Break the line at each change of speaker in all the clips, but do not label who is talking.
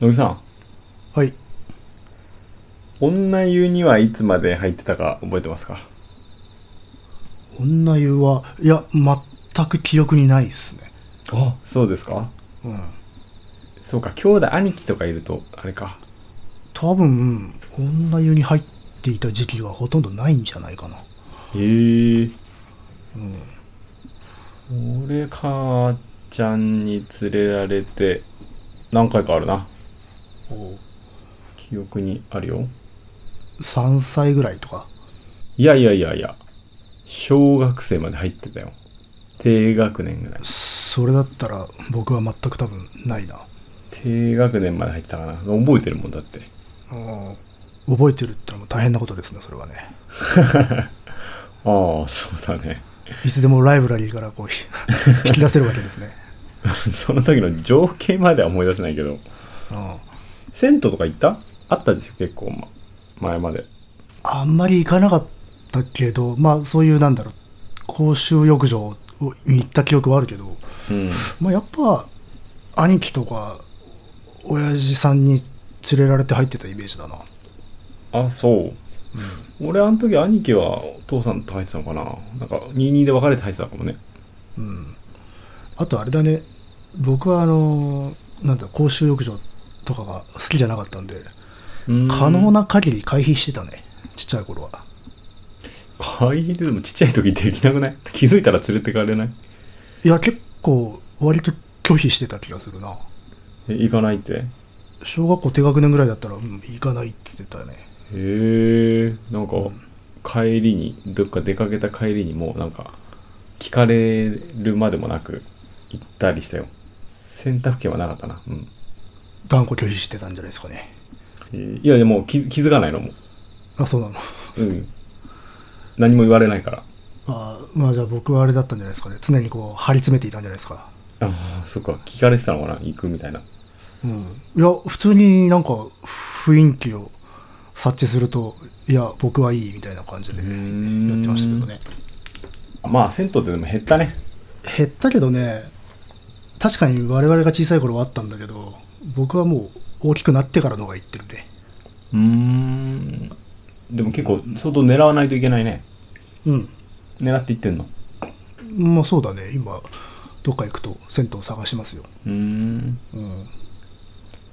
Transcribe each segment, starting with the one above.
野木さん、
はい。
女湯にはいつまで入ってたか覚えてますか
女湯は、いや、全く記憶にないですね。
あ、そうですか
うん。
そうか、兄弟、兄貴とかいると、あれか。
多分、女湯に入っていた時期はほとんどないんじゃないかな。
へえ。
うん。
俺、母ちゃんに連れられて、何回かあるな。
お
記憶にあるよ。
3歳ぐらいとか。
いやいやいやいや、小学生まで入ってたよ。低学年ぐらい。
それだったら、僕は全く多分ないな。
低学年まで入ってたかな。覚えてるもんだって。
うん。覚えてるってのも大変なことですね、それはね。
ああ、そうだね。
いつでもライブラリーからこう、 ひ引き出せるわけですね。
その時の情景までは思い出せないけど。
うん。
銭湯とか行ったあったでしょ結構、ま、前まで
あんまり行かなかったけど、まあそういうなんだろう、公衆浴場をに行った記憶はあるけど、
うん
まあやっぱ、兄貴とか、親父さんに連れられて入ってたイメージだな。
あそう俺あの時兄貴はお父さんと入ってたのかななんか22で別れて入ってたかもね
うん。あとあれだね、僕はあの、なんだろう、公衆浴場とかが好きじゃなかったんで、可能な限り回避してたね、ちっちゃい頃は。
会議でもちっちゃい時できなくない気づいたら連れてかれない
いや、結構、割と拒否してた気がするな。
え行かないってへ
小学校低学年ぐらいだったら、うん、行かないって言ってたね。
えなんか帰りにどっか出かけた帰りにもうなんか聞かれるまでもなく行ったりしたよ洗濯機はなかったなうん、
断固拒否してたんじゃないですかね。
えーいやでも気気づかないのもう
あ、そうなの。
うん。何も言われないから。
あまあじゃあ僕はあれだったんじゃないですかね。常にこう、張り詰めていたんじゃないですか。
ああ、そっか。聞かれてたのかな行くみたいな。
うん。いや、普通になんか、雰囲気を察知すると、いや、僕はいいみたいな感じでやって
ん
ましたけどね。
まあ、銭湯ってでも減ったね。
減ったけどね、確かに我々が小さい頃はあったんだけど、僕はもう大きくなってからのが言ってるね。
うーん。でも結構、相当狙わないといけないね。
うん。
狙っていってんの。
まあそうだね、今、どっか行くと銭湯探しますよ。
うーん。
うん。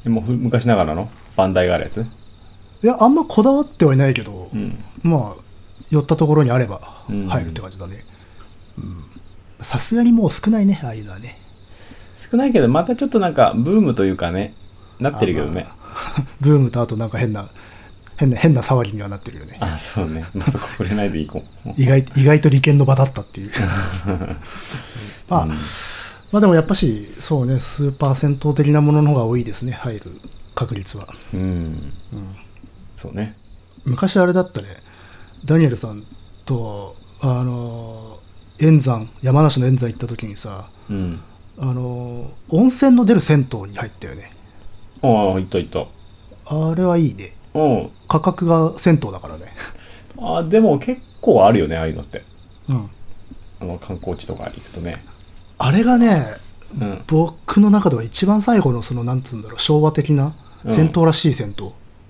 でもふ昔ながらのバンダイがあるやつ。
いや、あんまこだわってはいないけど、
うん。
まあ、寄ったところにあれば
うん
入るって感じだね。うんさすがにもう少ないね、ああいうのはね。
少ないけど、またちょっとなんか、ブームというかね、なってるけどね。
ブームとあとなんか変な、変な、変な騒ぎにはなってるよね。
あそう ね。まあ、そこ触れないでいこう。
意外、意外と利権の場だったっていう。まあ、まあでもやっぱし、そうね、スーパー銭湯的なものの方が多いですね、入る確率は。
うん。そうね。
昔あれだったねダニエルさんとあのー円山山梨の円山行った時にさ
うん。
あのー温泉の出る銭湯に入ったよね
ああ、いったいった。
あれはいいね
うん。
価格が銭湯だからね
あでも結構あるよねああいうのって
うん
あの観光地とか行くとね
あれがね
うん
僕の中では一番最後のそのなんつうんだろう昭和的な
うん
銭湯らしい銭湯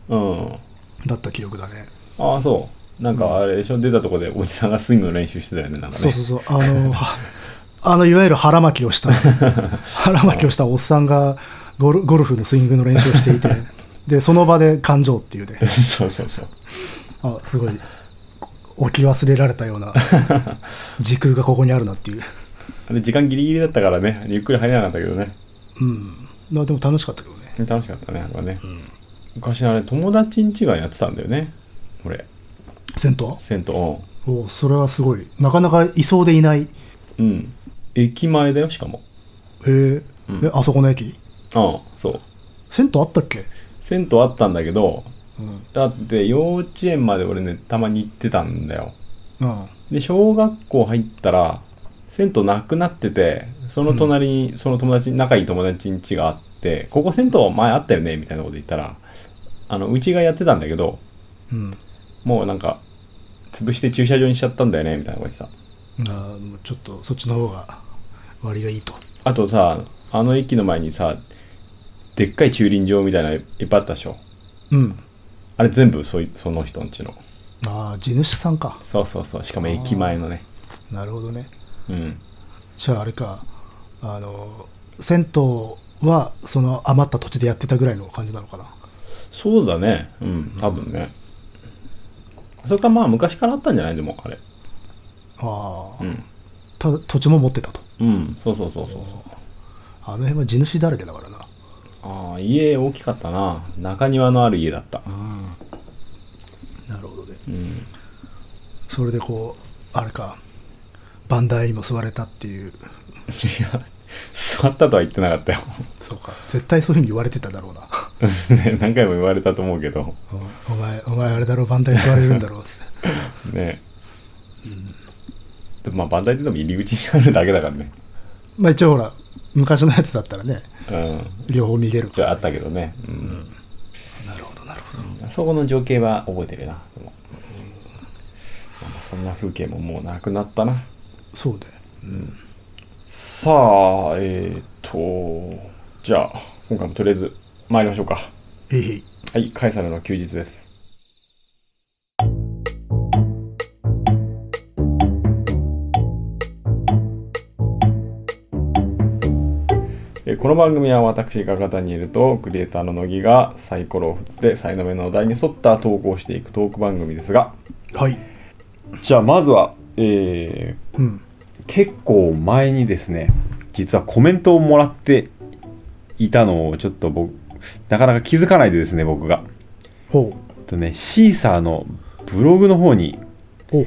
うん
だった記憶だね、
ああそうなんかあれでしょ出たとこでおじさんがスイングの練習してたよねなんかね
そうそうそうあ のーはあのいわゆる腹巻きをした 腹巻きをしたおっさんがゴルゴルフのスイングの練習をして いてでその場で感情っていうね
そうそうそう
あすごい置き忘れられた ような時空がここにあるなっていう
あれ時間ギリギリだったからねゆっくり入れなかったけどね
うんまあでも楽しかったけどね
楽しかったねあれはね、昔あれ友達ん家がやってたんだよね俺
銭湯
銭湯う
おうそれはすごいなかなかいそうでいないへ
んうん駅前だよしかも
え、えあそこの駅
ああそう
銭湯あったっけ
銭湯あったんだけど
うん
だって幼稚園まで俺ねたまに行ってたんだよ
うん
で小学校入ったら銭湯なくなっててその隣にその友達、仲いい友達ん家があってここ銭湯前あったよねみたいなこと言ったらあのうちがやってたんだけど
うん
もうなんか潰して駐車場にしちゃったんだよねみたいなこと言ってた
あーもうちょっとそっちの方が割がいいと
あとさあの駅の前にさでっかい駐輪場みたいなのいっぱいあったでしょ。
うん。
あれ全部そいその人んちの。
ああ、地主さんか。
そうそうそう。しかも駅前のね。
なるほどね。
うん。
じゃああれか、あの、銭湯はその余った土地でやってたぐらいの感じなのかな。
そうだね。うん。多分ね。それかまあ昔からあったんじゃないでもあれ。
ああ、
うん。
た土地も持ってたと。
うん。そうそうそうそう。
あの辺は地主だらけだからな。
ああ、家大きかったな。中庭のある家だった。
なるほどね。
うん。
それでこう、あれか、バンダイにも座れたっていう、
いや、 座ったとは言ってなかったよ。
そうか、絶対そういうふうに言われてただろうな。
ね何回も言われたと思うけど。
お前、お前あれだろ、バンダイ座れるんだろうっつって。
ねでもまあ、バンダイってでも入り口にあるだけだからね。
まあ一応ほら、昔のやつだったらね、
うん。
両方見れる
ち
か
ょあ
ら、
ったけどね。うん。
なるほど、なるほど。
あそこの情景は覚えてるな。でもまあそんな風景ももうなくなったな。
そうだよ。うん。
さあ、えー、っと、じゃあ、今回もとりあえず参りましょうか。
えいえい。
はい、カエサルの休日です。えーこの番組は私が方にいるとクリエイターの乃木がサイコロを振って才能面のお題に沿った投稿をしていくトーク番組ですが
はい。
じゃあまずは、え
うん。
ー結構前にですね実はコメントをもらっていたのをちょっと僕なかなか気づかないでですね僕が
ほ
えっとねシーサーのブログの方に
う。お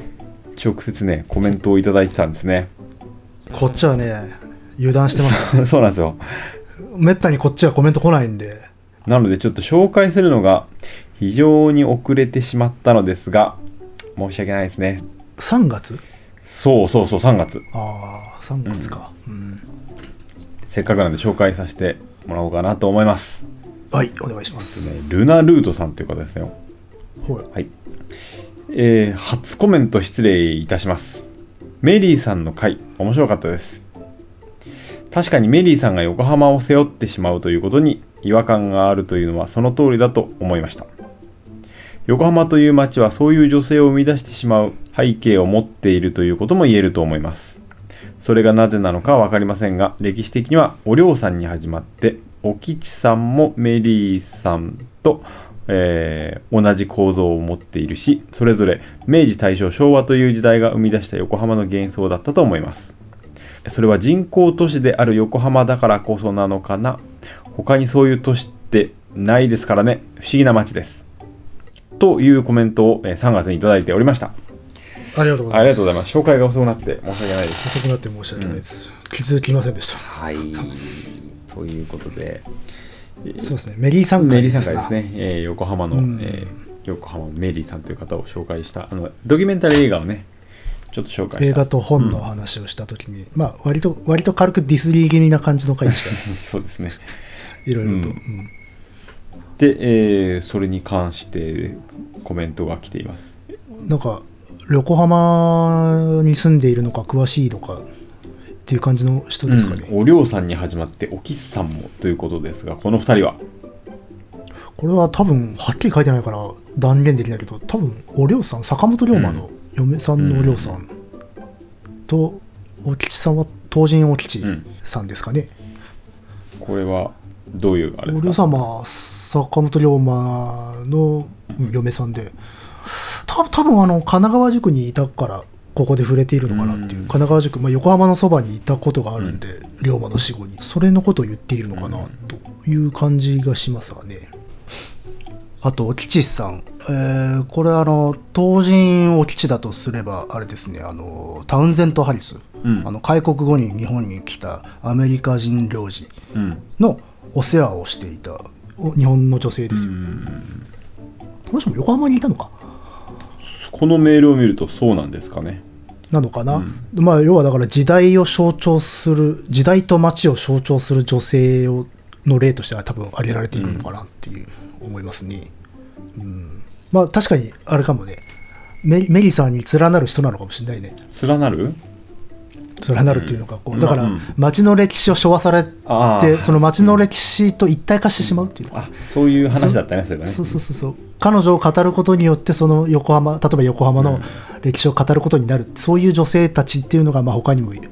直接ねコメントをいただいてたんですね
こっちはね、油断してますよ。
そうなんですよ
めったにこっちはコメント来ないんで、
なのでちょっと紹介するのが非常に遅れてしまったのですが申し訳ないですね
3月
そうそうそう3月
ああ、3月か。うん。
せっかくなので紹介させてもらおうかなと思います、
はい、お願いしま
えっ
す。
とねルナルートさんという方ですよ
ほい。
はい。えー初コメント失礼いたします。メリーさんの回、面白かったです。確かにメリーさんが横浜を背負ってしまうということに違和感があるというのはその通りだと思いました。横浜という街はそういう女性を生み出してしまう背景を持っているということも言えると思います。それがなぜなのかは分かりませんが、歴史的にはお涼さんに始まって、お吉さんもメリーさんと、えー同じ構造を持っているし、それぞれ明治、大正、昭和という時代が生み出した横浜の幻想だったと思います。それは人口都市である横浜だからこそなのかな。他にそういう都市ってないですからね、不思議な街です。というコメントをえー3月にいただいておりました。
ありがとうございます。
ありがとうございます。紹介が遅くなって申し訳ないです。
遅くなって申し訳ないです。気づきませんでした。
はい。ということで、
そうですね、メリーさん
メ
会
リーさん
す
がで
な
すね、えー横浜の、
うん
えー横浜のメリーさんという方を紹介した、あのドキュメンタリー映画をね、ちょっと紹介
映
した。
画と本の話をしたときに、まあ、割と、割と軽くディスリー気味な感じの回でしたね。
そうですね。
いろいろと。
う
うんん
で、えーそれに関してコメントが来ています。
なんか、横浜に住んでいるのか、詳しいのか、っていう感じの人ですかね。
うんお涼さんに始まって、おきっさんもということですが、この二人は、
これは多分、はっきり書いてないから、断言できないけど、多分、お涼さん、坂本龍馬の嫁さんのお涼さんと、お吉さんは、東人お吉さんですかね。
これはどういうあれで
お
す
嬢
か
様坂本龍馬のうん嫁さんでた多分あの神奈川塾にいたからここで触れているのかなっていう、
うん
神奈川塾、まあ、横浜のそばにいたことがあるんで、龍馬の死後にそれのことを言っているのかなという感じがしますがねあとお吉さん、えーこれあの東人お吉だとすればあれですねあのタウンゼント・ハリス、
うん
あの開国後に日本に来たアメリカ人領事
うん。
のお世話をしていたお日本の女性ですよ、この人も横浜にいたのか
このメールを見るとそうなんですかね。
なのかな、まあ要はだから時代を象徴する時代と街を象徴する女性をの例としては多分挙げられているのかなっていう思いますね、うんまあ確かにあれかもねメメリーさんに連なる人なのかもしれないね
連なる
それはなるというのか、こ
う
うんだから
うん
町の歴史を昭和されて
あー
その町の歴史と一体化してしまうっていうのか
あ、そういう話だったね、それがね。
そうそうそうそう彼女を語ることによってその横浜例えば横浜
う
の
ん
歴史を語ることになる、そういう女性たちっていうのがまあ他にも違う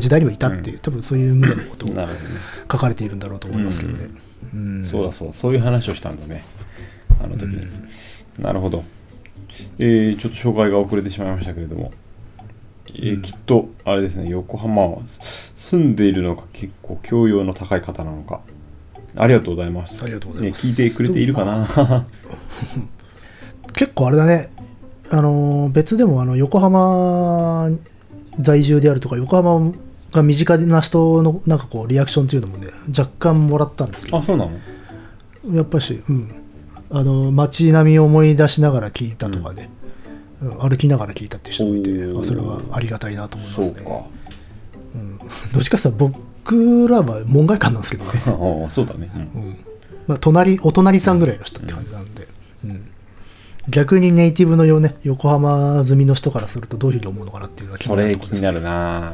時代にもいたっていう、多分そういう無理なことを
なるほどね。
書かれているんだろうと思いますけどね。うん
そうだそうだ、そういう話をしたんだね。あの時に。なるほど。えーちょっと紹介が遅れてしまいましたけれども。えーきっと、あれですね、横浜は住んでいるのか結構教養の高い方なのか。ありがとうございます。
ありがとうございます
ね、聞いてくれているかな。
結構あれだねあのー別でもあの横浜在住であるとか横浜が身近な人のなんかこうリアクションっていうのもね若干もらったんですけど
あ、そうなの
やっぱし、うん、あの街並みを思い出しながら聞いたとかね、うん歩きながら聞いたっていう人もいて
おー
あそれはありがたいなと思いま
そう
す
か、
ね。どっちかっていうと僕らは門外漢なんですけどね
ああ、 そうだね。う
うんんまあ、隣お隣さんぐらいの人って感じなんで、うん、逆にネイティブのよ、ね、横浜住みの人からするとどういうふうに思うのかなっていうのが気
そ
になる
れ
とこ
気
ろで
に
すね
なるな。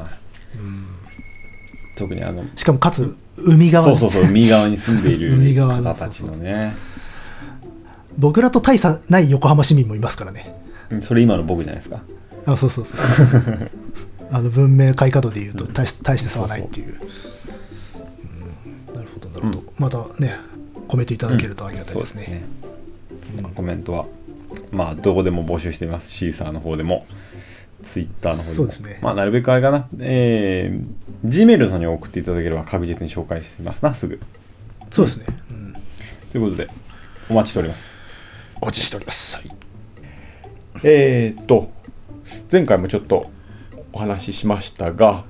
特にあの、
しかもかつ海側
そ
ね、
うそうそう、右側に住んでい る
海側
方
の
たちのね。
僕らと大差ない横浜市民もいますからね
うんそれ今の僕じゃないですか。
あそうそうそうそう あの文明開化度でいうと大し大して差はないっていう、うんなるほどなるほど、またねコメントいただけるとありがたいですね,、
そうですねまあコメントは、まあ、どこでも募集しています。シーサーの方でも、ツイッターの方で
そう
も。
ですね
まあ、なるべくあれかな。えー、Gmail の方に送っていただければ確実に紹介しますな、すぐ。
そうですね、うん、
ということで、お待ちしております。
お待ちしております、はい
えー、っと、前回もちょっとお話ししましたが、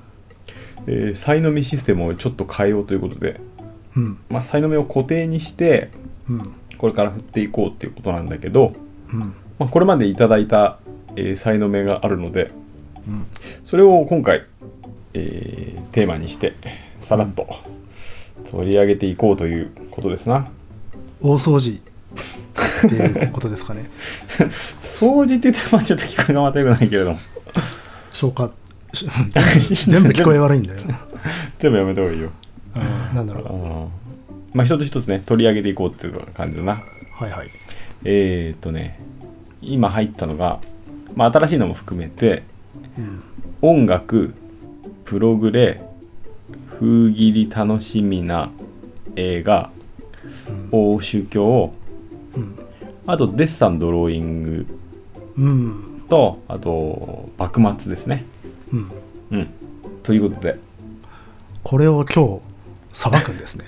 えー、サイノミシステムをちょっと変えようということで、
うん
まあ、サイノミを固定にして、
うん
これから振っていこうっていうことなんだけど、
うん
まあ、これまでいただいた、えー、才能目があるので、
うん
それを今回、えーテーマにしてさらっと取り上げていこうということですな
大掃除っていうことですか ね
掃除って言ってもちょっと聞こえがまた良くないけれ ども
消化 全部聞こえ悪いん だよ、
全部やめた方がいいよ
うん、なんだろ
あ
う
のまあ一つ一つね取り上げていこうっていう感じだな
はいはい
えー、っとね今入ったのが、まあ、新しいのも含めて
うん
音楽プログレ風切り楽しみな映画
うん
欧宗教
うん
あとデッサンドローイング
うん
とあと幕末ですね
うん
うんということで
これを今日裁くんですね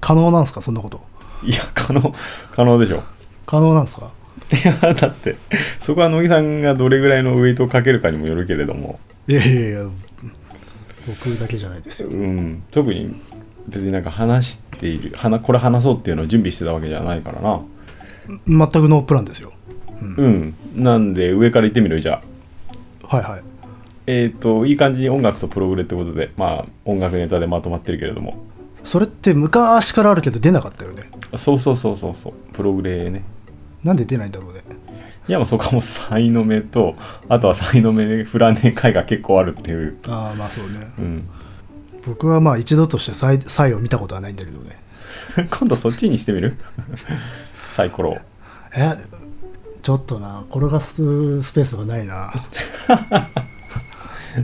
可能なんですかそんなこと
いや可能可能でしょ
可能なんですか
いや だってそこは乃木さんがどれぐらいのウェイトをかけるかにもよるけれども
いやいやいや僕だけじゃないですよ
うん特に別になんか話している話これ話そうっていうのを準備してたわけじゃないからな
全くノープランですよ
うんなんで上から行ってみるじゃあ
はいはい
えっ、といい感じに音楽とプログレってことでまあ音楽ネタでまとまってるけれども
それって昔からあるけど出なかったよね
そうそうそうそうそうプログレね
なんで出ないんだろうね
いや、まあそこはもう才の目と、あとは才の目振らねえ回が結構あるっていう。
ああまあそうね
うん。
僕はまあ一度としてサイサイを見たことはないんだけどね
今度そっちにしてみる サイコロを。
えちょっとな転がすスペースがないな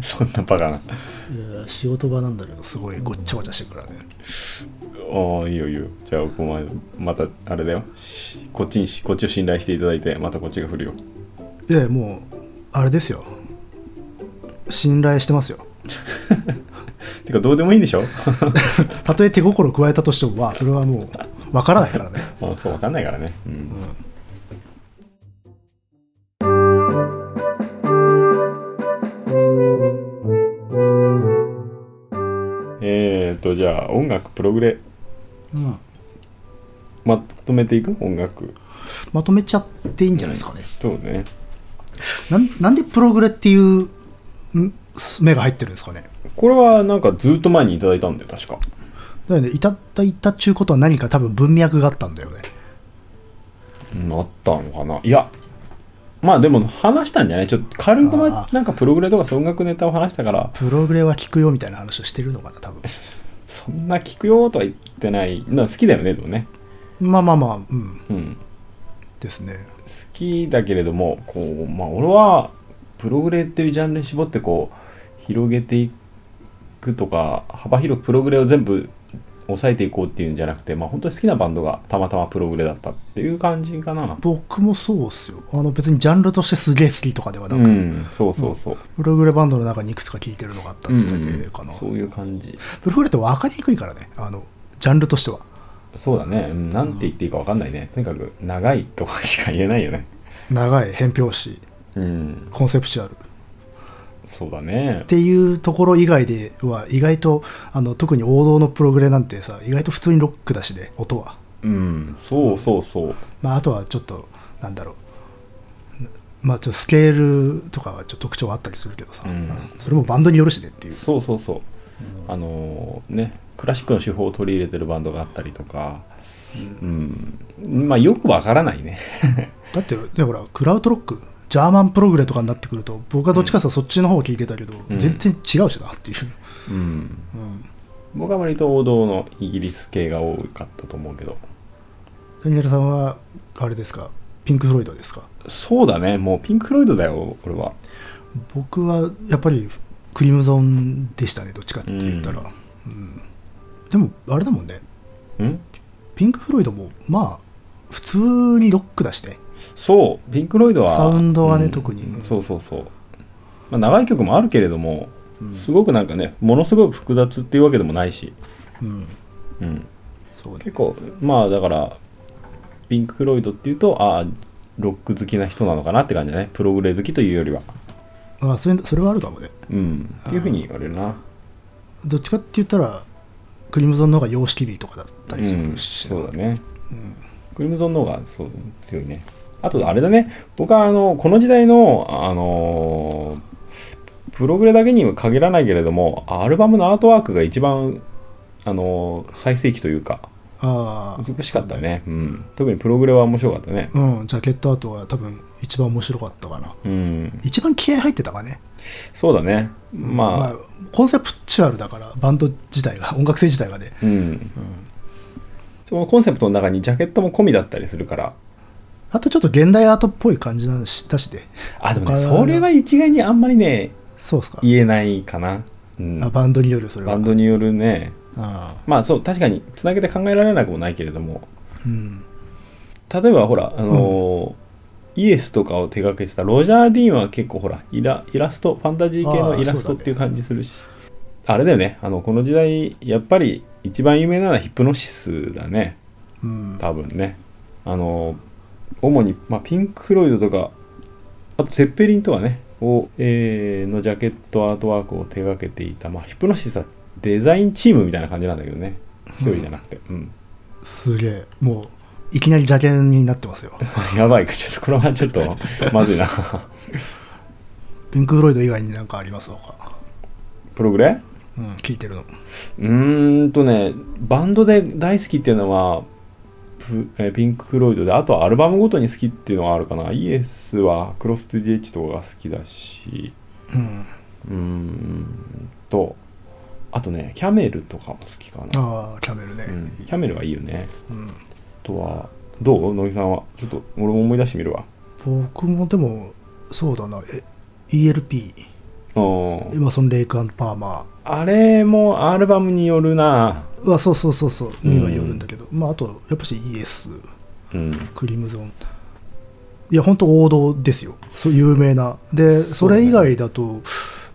そんなバカな。
いや仕事場なんだけどすごいごっちゃごちゃしてるからね
ああ、いいよいいよ。じゃあ、お前、また、あれだよ。しこっちにし、こっちを信頼していただいて、またこっちが振るよ。
いやいやもうあれですよ信頼してますよ
てか、どうでもいいんでしょ
たとえ手心を加えたとしてもまあそれはもうわからないからね
まあそう、わかんないからね。うん。えーと、じゃあ、音楽、プログレ、
うん
まとめていく音楽。
まとめちゃっていいんじゃないですかね
そうね。
なんなんでプログレっていうん目が入ってるんですかね
これはなんかずっと前にいただいたんだよ確か
だよねいただいたっちゅうことは何か多分文脈があったんだよね
なったのかないやまあでも話したんじゃないちょっと軽く
あ
ま
ー
なんかプログレとか音楽ネタを話したから
プログレは聞くよみたいな話をしてるのかな多分
そんな聞くよとは言ってないな好きだよねでもね
まあまあまあうん
うん
ですね
好きだけれどもこうまあ俺はプログレっていうジャンルに絞ってこう広げていくとか幅広くプログレを全部抑えていこうっていうんじゃなくてまあ本当に好きなバンドがたまたまプログレだったっていう感じかな
僕もそうっすよあの別にジャンルとしてすげえ好きとかではな
う
く、
んそうそうそう、
プログレバンドの中にいくつか聴いてるのがあったってだけかな、
そういう感じ
プログレって分かりにくいからねあのジャンルとしては
そうだね、うん、なんて言っていいか分かんないねとにかく長いとかしか言えないよね
長い変拍子
うん
コンセプチュアルっ
そうだね
ていうところ以外では意外とあの特に王道のプログレなんてさ意外と普通にロックだしで音は、
うんそうそうそう
まあ、あとはちょっとなんだろうなまあちょっとスケールとかはちょっと特徴はあったりするけどさ、
うん
それもバンドによるしねっていう
そうそうそうあのーねクラシックの手法を取り入れてるバンドがあったりとかうん、まあよくわからないね
だってでほらクラウトロックジャーマンプログレとかになってくると僕はどっちかさ、そっちの方を聞いてたけど、
うん
全然違うしなっていう、
うん
うん、
僕は割と王道のイギリス系が多かったと思うけど
ダニエルさんはあれですかピンク・フロイドですか
そうだねもうピンク・フロイドだよ俺は
僕はやっぱりクリムゾンでしたねどっちかって言ったら、うんでもあれだもんね
うん
ピンク・フロイドもまあ普通にロックだしね
そうピンク・フロイドは
サウンドはね
うん
特に
そうそうそう、まあ、長い曲もあるけれども
うん
すごくなんかねものすごく複雑っていうわけでもないし、
うん
うん、
そうね
結構まあだからピンク・フロイドっていうとああロック好きな人なのかなって感じだねプログレ好きというよりは
あそれそれはあるかもね
うんっていうふうに言われるな
どっちかって言ったらクリムゾンの方が様式美とかだったりす
う
る
ん
し、
そうだね
うん
クリムゾンの方がそう強いねあとあれだね僕はあのこの時代のあのープログレだけには限らないけれどもアルバムのアートワークが一番あのー最盛期というか
ああ
美しかったねうん、特にプログレは面白かったね
うんジャケットアートは多分一番面白かったかな
うん
一番気合入ってたかね
そうだねまあ、
まあコンセプチュアルだからバンド自体が音楽性自体がね
うん、そのコンセプトの中にジャケットも込みだったりするから
あとちょっと現代アートっぽい感じなんしだしで
あでも
わ
ね
からない
それは一概にあんまりね
そうっすか
言えないかな、うん、
あバンドによるよそれは
バンドによるね
あ
まあそう確かにつなげて考えられなくもないけれども
あうん
例えばほらあのーイエスとかを手掛けてたロジャー・ディーンは結構ほらイライラストファンタジー系
あ
の
ー
イラス
そ
ト
うだ
っ
ね
ていう感じするしあ,、れだよねあのこの時代やっぱり一番有名なのはヒプノシスだね
うん
多分ねあの主に、まあ、ピンク・フロイドとかあとゼッペリンとかねを、えーのジャケットアートワークを手掛けていた、まあ、ヒプノシスはデザインチームみたいな感じなんだけどね一人じゃなくて、うん
すげえもういきなり邪険になってま すよ
やばいちょっとこれはちょっとまずいな
ピンク・フロイド以外になんかありますのか
プログレ
うん聞いてるの
うーんとねバンドで大好きっていうのはプえーピンク・フロイドであとはアルバムごとに好きっていうのがあるかなイエスはクロス・トゥ・ジェッチとかが好きだし
うん
うーんとあとねキャメルとかも好きかな、
ああキャメルね
うん、キャメルはいいよね
うん
あとはどう乃木さんはちょっと俺も思い出してみるわ
僕もでもそうだなえ ELP
うん
今そのレイクパーマ
あれもアルバムによるな
ーはそうそうそうそうにはよるんだけど、まああとやっぱし ES
うん
クリムゾンいや本当王道ですよそう有名なでそれ以外だと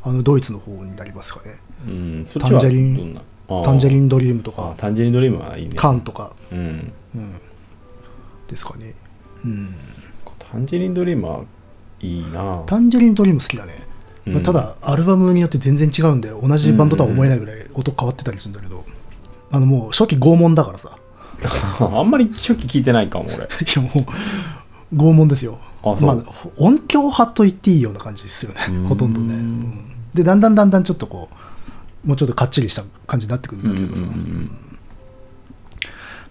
あのドイツの方になりますかね
うんそ
タンジャリン
どんなあー
タンジェリンドリームと
あ
か
タンジェリンドリームはいいね
カンとか、
うん
うん、ですかね、うん、
タンジェリンドリームはいいな
タンジェリンドリーム好きだね、
うん
まあただアルバムによって全然違うんで同じバンドとは思えないぐらい音変わってたりするんだけど、あのもう初期拷問だからさ
あんまり初期聞いてないかも俺
いやもう拷問ですよ
あそう
まあ、音響派と言っていいような感じですよね
うん
ほとんどね、うんでだんだんだんだんちょっとこうもうちょっとかっちりした感じになってくるんだけどさ、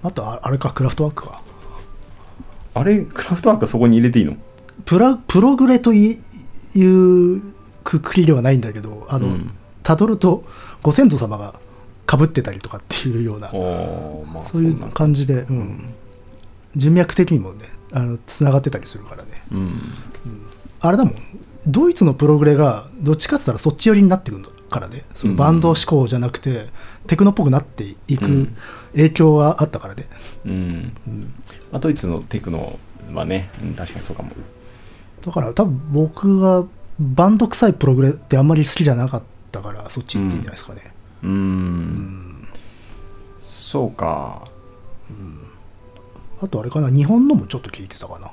あとああれかクラフトワークか
あれクラフトワークそこに入れていいの
プラプログレといいうくくりではないんだけどあの、
うん
たどるとご先祖様がかぶってたりとかっていうような
おーまあ
そうい
んな
う感じで、うん、人脈的にもねつながってたりするからね
うん
あれだもんドイツのプログレがどっちかって言ったらそっち寄りになってくるからねそのバンド志向じゃなくて、テクノっぽくなっていく影響はあったからね、
うん、まあ、ドイツのテクノはね、うん、確かにそうかも
だから多分僕はバンド臭いプログレってあんまり好きじゃなかったからそっち行っていいんじゃないですかね、
うん、そうか
あとあれかな日本のもちょっと聞いてたかな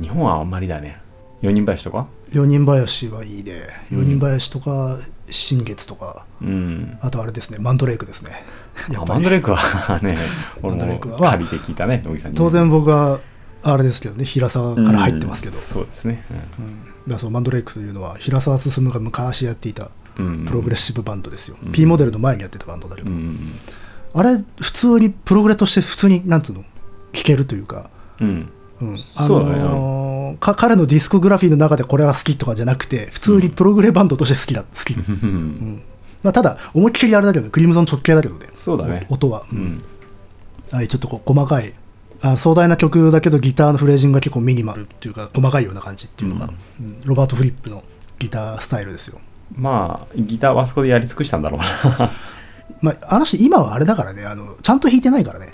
日本はあんまりだね4人林とか
四人林はいいね四人林とか新月とか、
うん
あとあれですねマンドレイクですねや
あ
っぱ
マン
り
ドレークはね俺
マンドレー
も
クは
借りて聞いたね野木さんに
当然僕はあれですけどね平沢から入ってますけど、
うんそうですね
うんだからそのマンドレイクというのは平沢進が昔やっていた
うん、うん
プログレッシブバンドですよ、P モデルの前にやってたバンドだけど、
うん
あれ普通にプログレとして普通になんつうの聴けるというか、
うん
うんあ
そうだね
のーか彼のディスコグラフィーの中でこれは好きとかじゃなくて普通にプログレバンドとして好きだ好き、
う
うんんまあ、ただ思いっきりあれだけどクリムゾン直系だけどね
そうだね
お音は、う
うんん
ああいうちょっとこう細かいあ壮大な曲だけどギターのフレージングが結構ミニマルっていうか細かいような感じっていうのが、うんロバート・フリップのギタースタイルですよ、
まあギターはあそこでやり尽くしたんだろうな
まあ、あの人今はあれだからねあのちゃんと弾いてないからね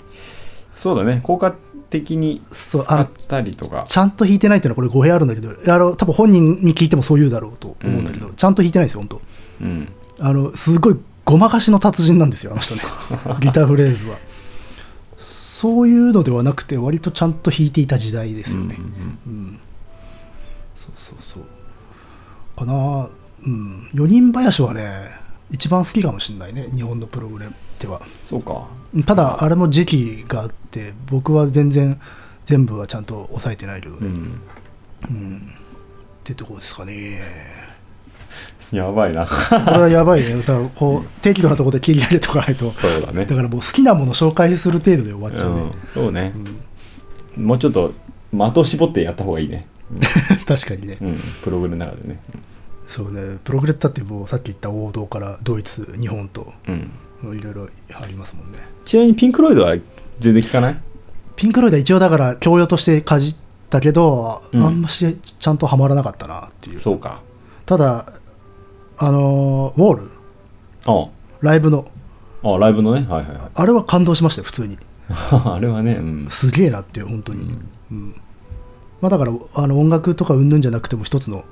そうだね効果的に
そう
使
あの
ったりとか
ちゃんと弾いてないっていうのはこれ語弊あるんだけどあの多分本人に聞いてもそう言うだろうと思うんだけど、ちゃんと弾いてないですよ本
うん
当あのすごいごまかしの達人なんですよあ の人ねギターフレーズはそういうのではなくて割とちゃんと弾いていた時代ですよね、
うん
うん、そうそうそうかなうん4人林はね一番好きかもしれないね日本のプログレでは
そうか
ただあれも時期があって僕は全然全部はちゃんと抑えてないけど
う
ね、っ
ん
てとこですかね
やばいな
これはやばい ねだからこう適度なところで切り上げとかないと
そうだね
だからもう好きなもの紹介する程度で終わっちゃうね、
うん、そうね、もうちょっと的を絞ってやった方がいいね、
確かにね、
うんうん、プログラムの中でね
そうねプログレだってもうさっき言った王道からドイツ日本と
うん
いろいろありますもんね
ちなみにピンク・ロイドは全然聞かない
ピンク・ロイドは一応だから教養としてかじったけど、
うん
あんましちゃんとはまらなかったなっていう
そうか
ただあのーウォール
あ
ライブの
ああライブのねはい はいはい
あれは感動しましたよ普通に
あれはねうん
すげえなって本当に、うんまあ、だからあの音楽とかうんぬんじゃなくても一つの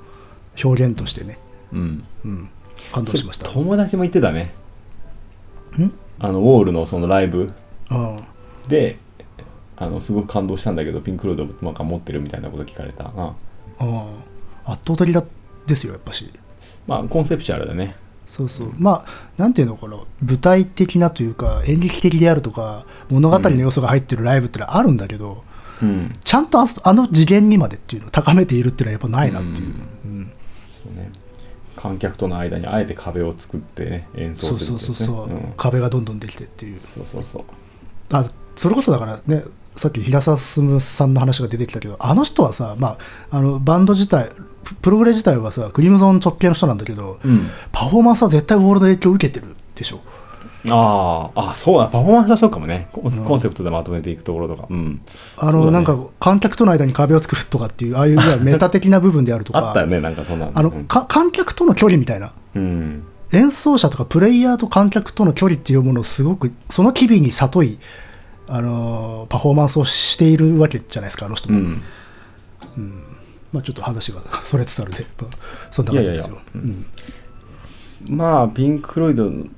表現としてね、
うん
うん、感動しました
それ友達も言ってたねあのウォールのそのライブ
うん
であのすごく感動したんだけどピンク・ロイドなんか持ってるみたいなこと聞かれたな
うん圧倒的だですよやっぱし
まあコンセプチュアルだね
そうそうまあなんていうのかな舞台的なというか演劇的であるとか物語の要素が入ってるライブってのはあるんだけど、
うん
ちゃんとあそあの次元にまでっていうのを高めているっていうのはやっぱないなっていう、うん
そうね観客との間にあえて壁を作ってね演
そ
奏
う
する
そう
って
そ
いううね
そう、
うん
壁がどんどんできてっていう
そうそうそう
あそれこそだからねさっき平沢進さんの話が出てきたけどあの人はさ、まあ、あのバンド自体ププログレ自体はさクリムゾン直系の人なんだけど、
うん
パフォーマンスは絶対ウォールの影響を受けてるでしょ
あああそうだパフォーマンスはそうかもねコンコンセプトでまとめていくところとかうん
あ
そう
の、
だね
なんか観客との間に壁を作るとかっていうああいういわゆるメタ的な部分であるとか
あったよねなんかそんな
あの
うん
か観客との距離みたいな
うん
演奏者とかプレイヤーと観客との距離っていうものをすごくその機微に悟い、あのーパフォーマンスをしているわけじゃないですかあの人
う
も、
ん
まあ、ちょっと話が それつつあるで、まあ、そんな感じですよ
いやまあピンク・フロイドのフ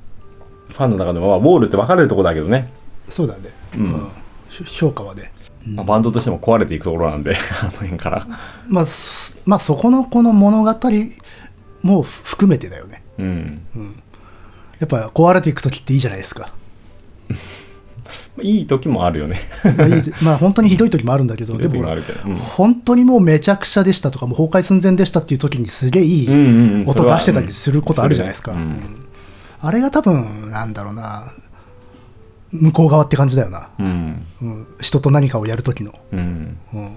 ァンの中でも、まあ、ウォールって分かれるところだけどね、
そうだね、
うん
ひ評価はね
まあ、バンドとしても壊れていくところなんで あの辺から
まあ、そまあそこのこの物語も含めてだよね
うん
やっぱ壊れていく時っていいじゃないですか
いい時もあるよね
まあいいまあ本当にひどい時もあるんだけど、
ひど
で
い時も
もほ
あ
ら
るけどうん
本当にもうめちゃくちゃでしたとか、もう崩壊寸前でしたっていう時にすげえいい
うんうんうん
音
それは
出してたりすることあるじゃないですか。
うん
うんあれが多分、なんだろうな、向こう側って感じだよな。
うん
うん人と何かをやる時の。
うん
うん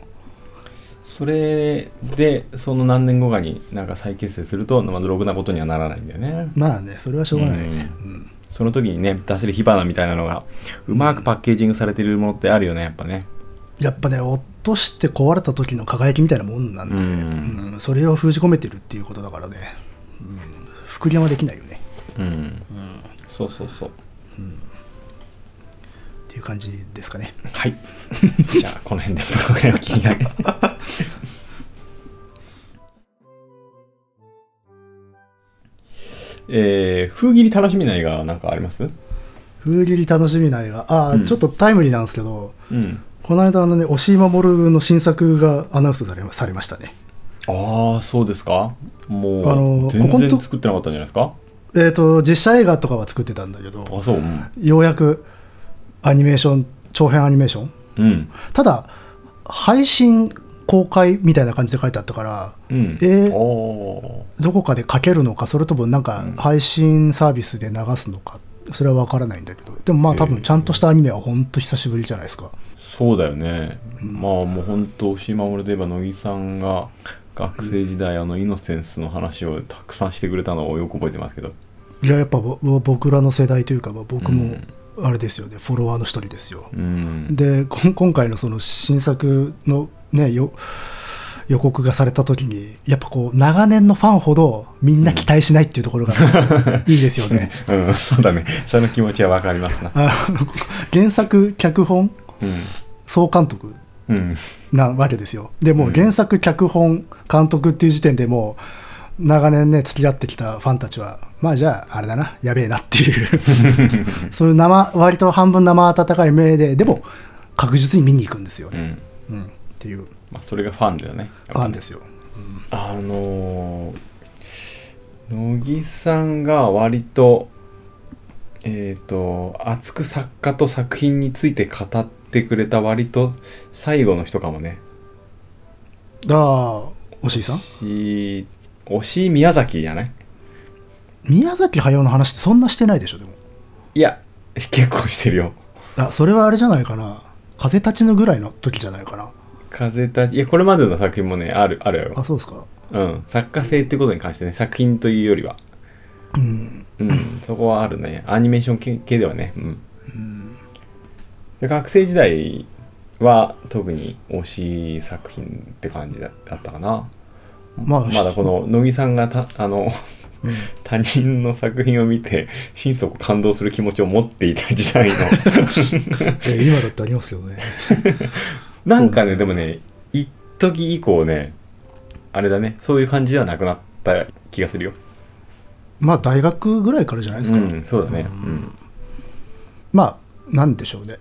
それでその何年後かになんか再結成すると、まあ、ろくなことにはならないんだよね
まあねそれはしょうがないね、うん
その時にね出せる火花みたいなのがうまくパッケージングされてるものってあるよねやっぱね
やっぱね落として壊れた時の輝きみたいなもんなんで、
う
うんんそれを封じ込めてるっていうことだからね、うん、復元はできないよね
うん、そうそうそう
っていう感じですかね
はい じゃあこの辺でこの辺を切り上げ えー、封切り楽しみな映画は何かあります
封切り楽しみな映画ああ、
うん
ちょっとタイムリーなんですけど
うん
この間あのね押井守の新作がアナウンスされされましたね
ああそうですかもう、
あの
全
ここん
然
と
作ってなかったんじゃないですか
えっ、と実写映画とかは作ってたんだけど
あそううん、
ようやくアニメーション長編アニメーション
うん
ただ配信公開みたいな感じで書いてあったから
うん、
えー
お
どこかでかけるのかそれともなんか配信サービスで流すのかそれは分からないんだけどでもまあ多
へえ
分ちゃんとしたアニメはほんと久しぶりじゃないですか
そうだよね、まあもう本当押井守といえば乃木さんが学生時代、あのイノセンスの話をたくさんしてくれたのをよく覚えてますけど
いややっぱぼぼ僕らの世代というか、まあ、僕
う
も
ん
あれですよね、フォロワーの一人ですよ
うん
でこん今回のその新作のねよ予告がされた時にやっぱこう長年のファンほどみんな期待しないっていうところが いいですよね
うん、そうだねその気持ちはわかりますな
あの原作脚本
うん
総監督
うん
なわけですよでも
うん
う原作脚本監督っていう時点でもう長年ね付き合ってきたファンたちはまあじゃああれだなやべえなっていう そういう生割と半分生温かい目ででも確実に見に行くんですよ
う
ね、
ん
うんっていう
まあそれがファンだよね
ファンですよ
あのー乃木さんが割とえっ、と熱く作家と作品について語ってくれた割と最後の人かもね
だあおしいさん
し押井宮崎じゃない
宮崎駿の話ってそんなしてないでしょでも
いや結構してるよ
あそれはあれじゃないかな風立ちぬぐらいの時じゃないかな
風立ちいやこれまでの作品もねあるある
あそうですか
よ、うん、作家性ってことに関してね作品というよりは
うん
うん、そこはあるね。アニメーション系系ではね。うん。
うん
で学生時代は特に推し作品って感じだだったかな。
まあ
まだこの乃木さんがたあの
うん
他人の作品を見て心底感動する気持ちを持っていた時代 の
え今だってありますけどね
なんかねでもね一時以降ねあれだねそういう感じではなくなった気がするよ。
まあ大学ぐらいからじゃないです
う
か、
んそうだね。
まあなんでしょうね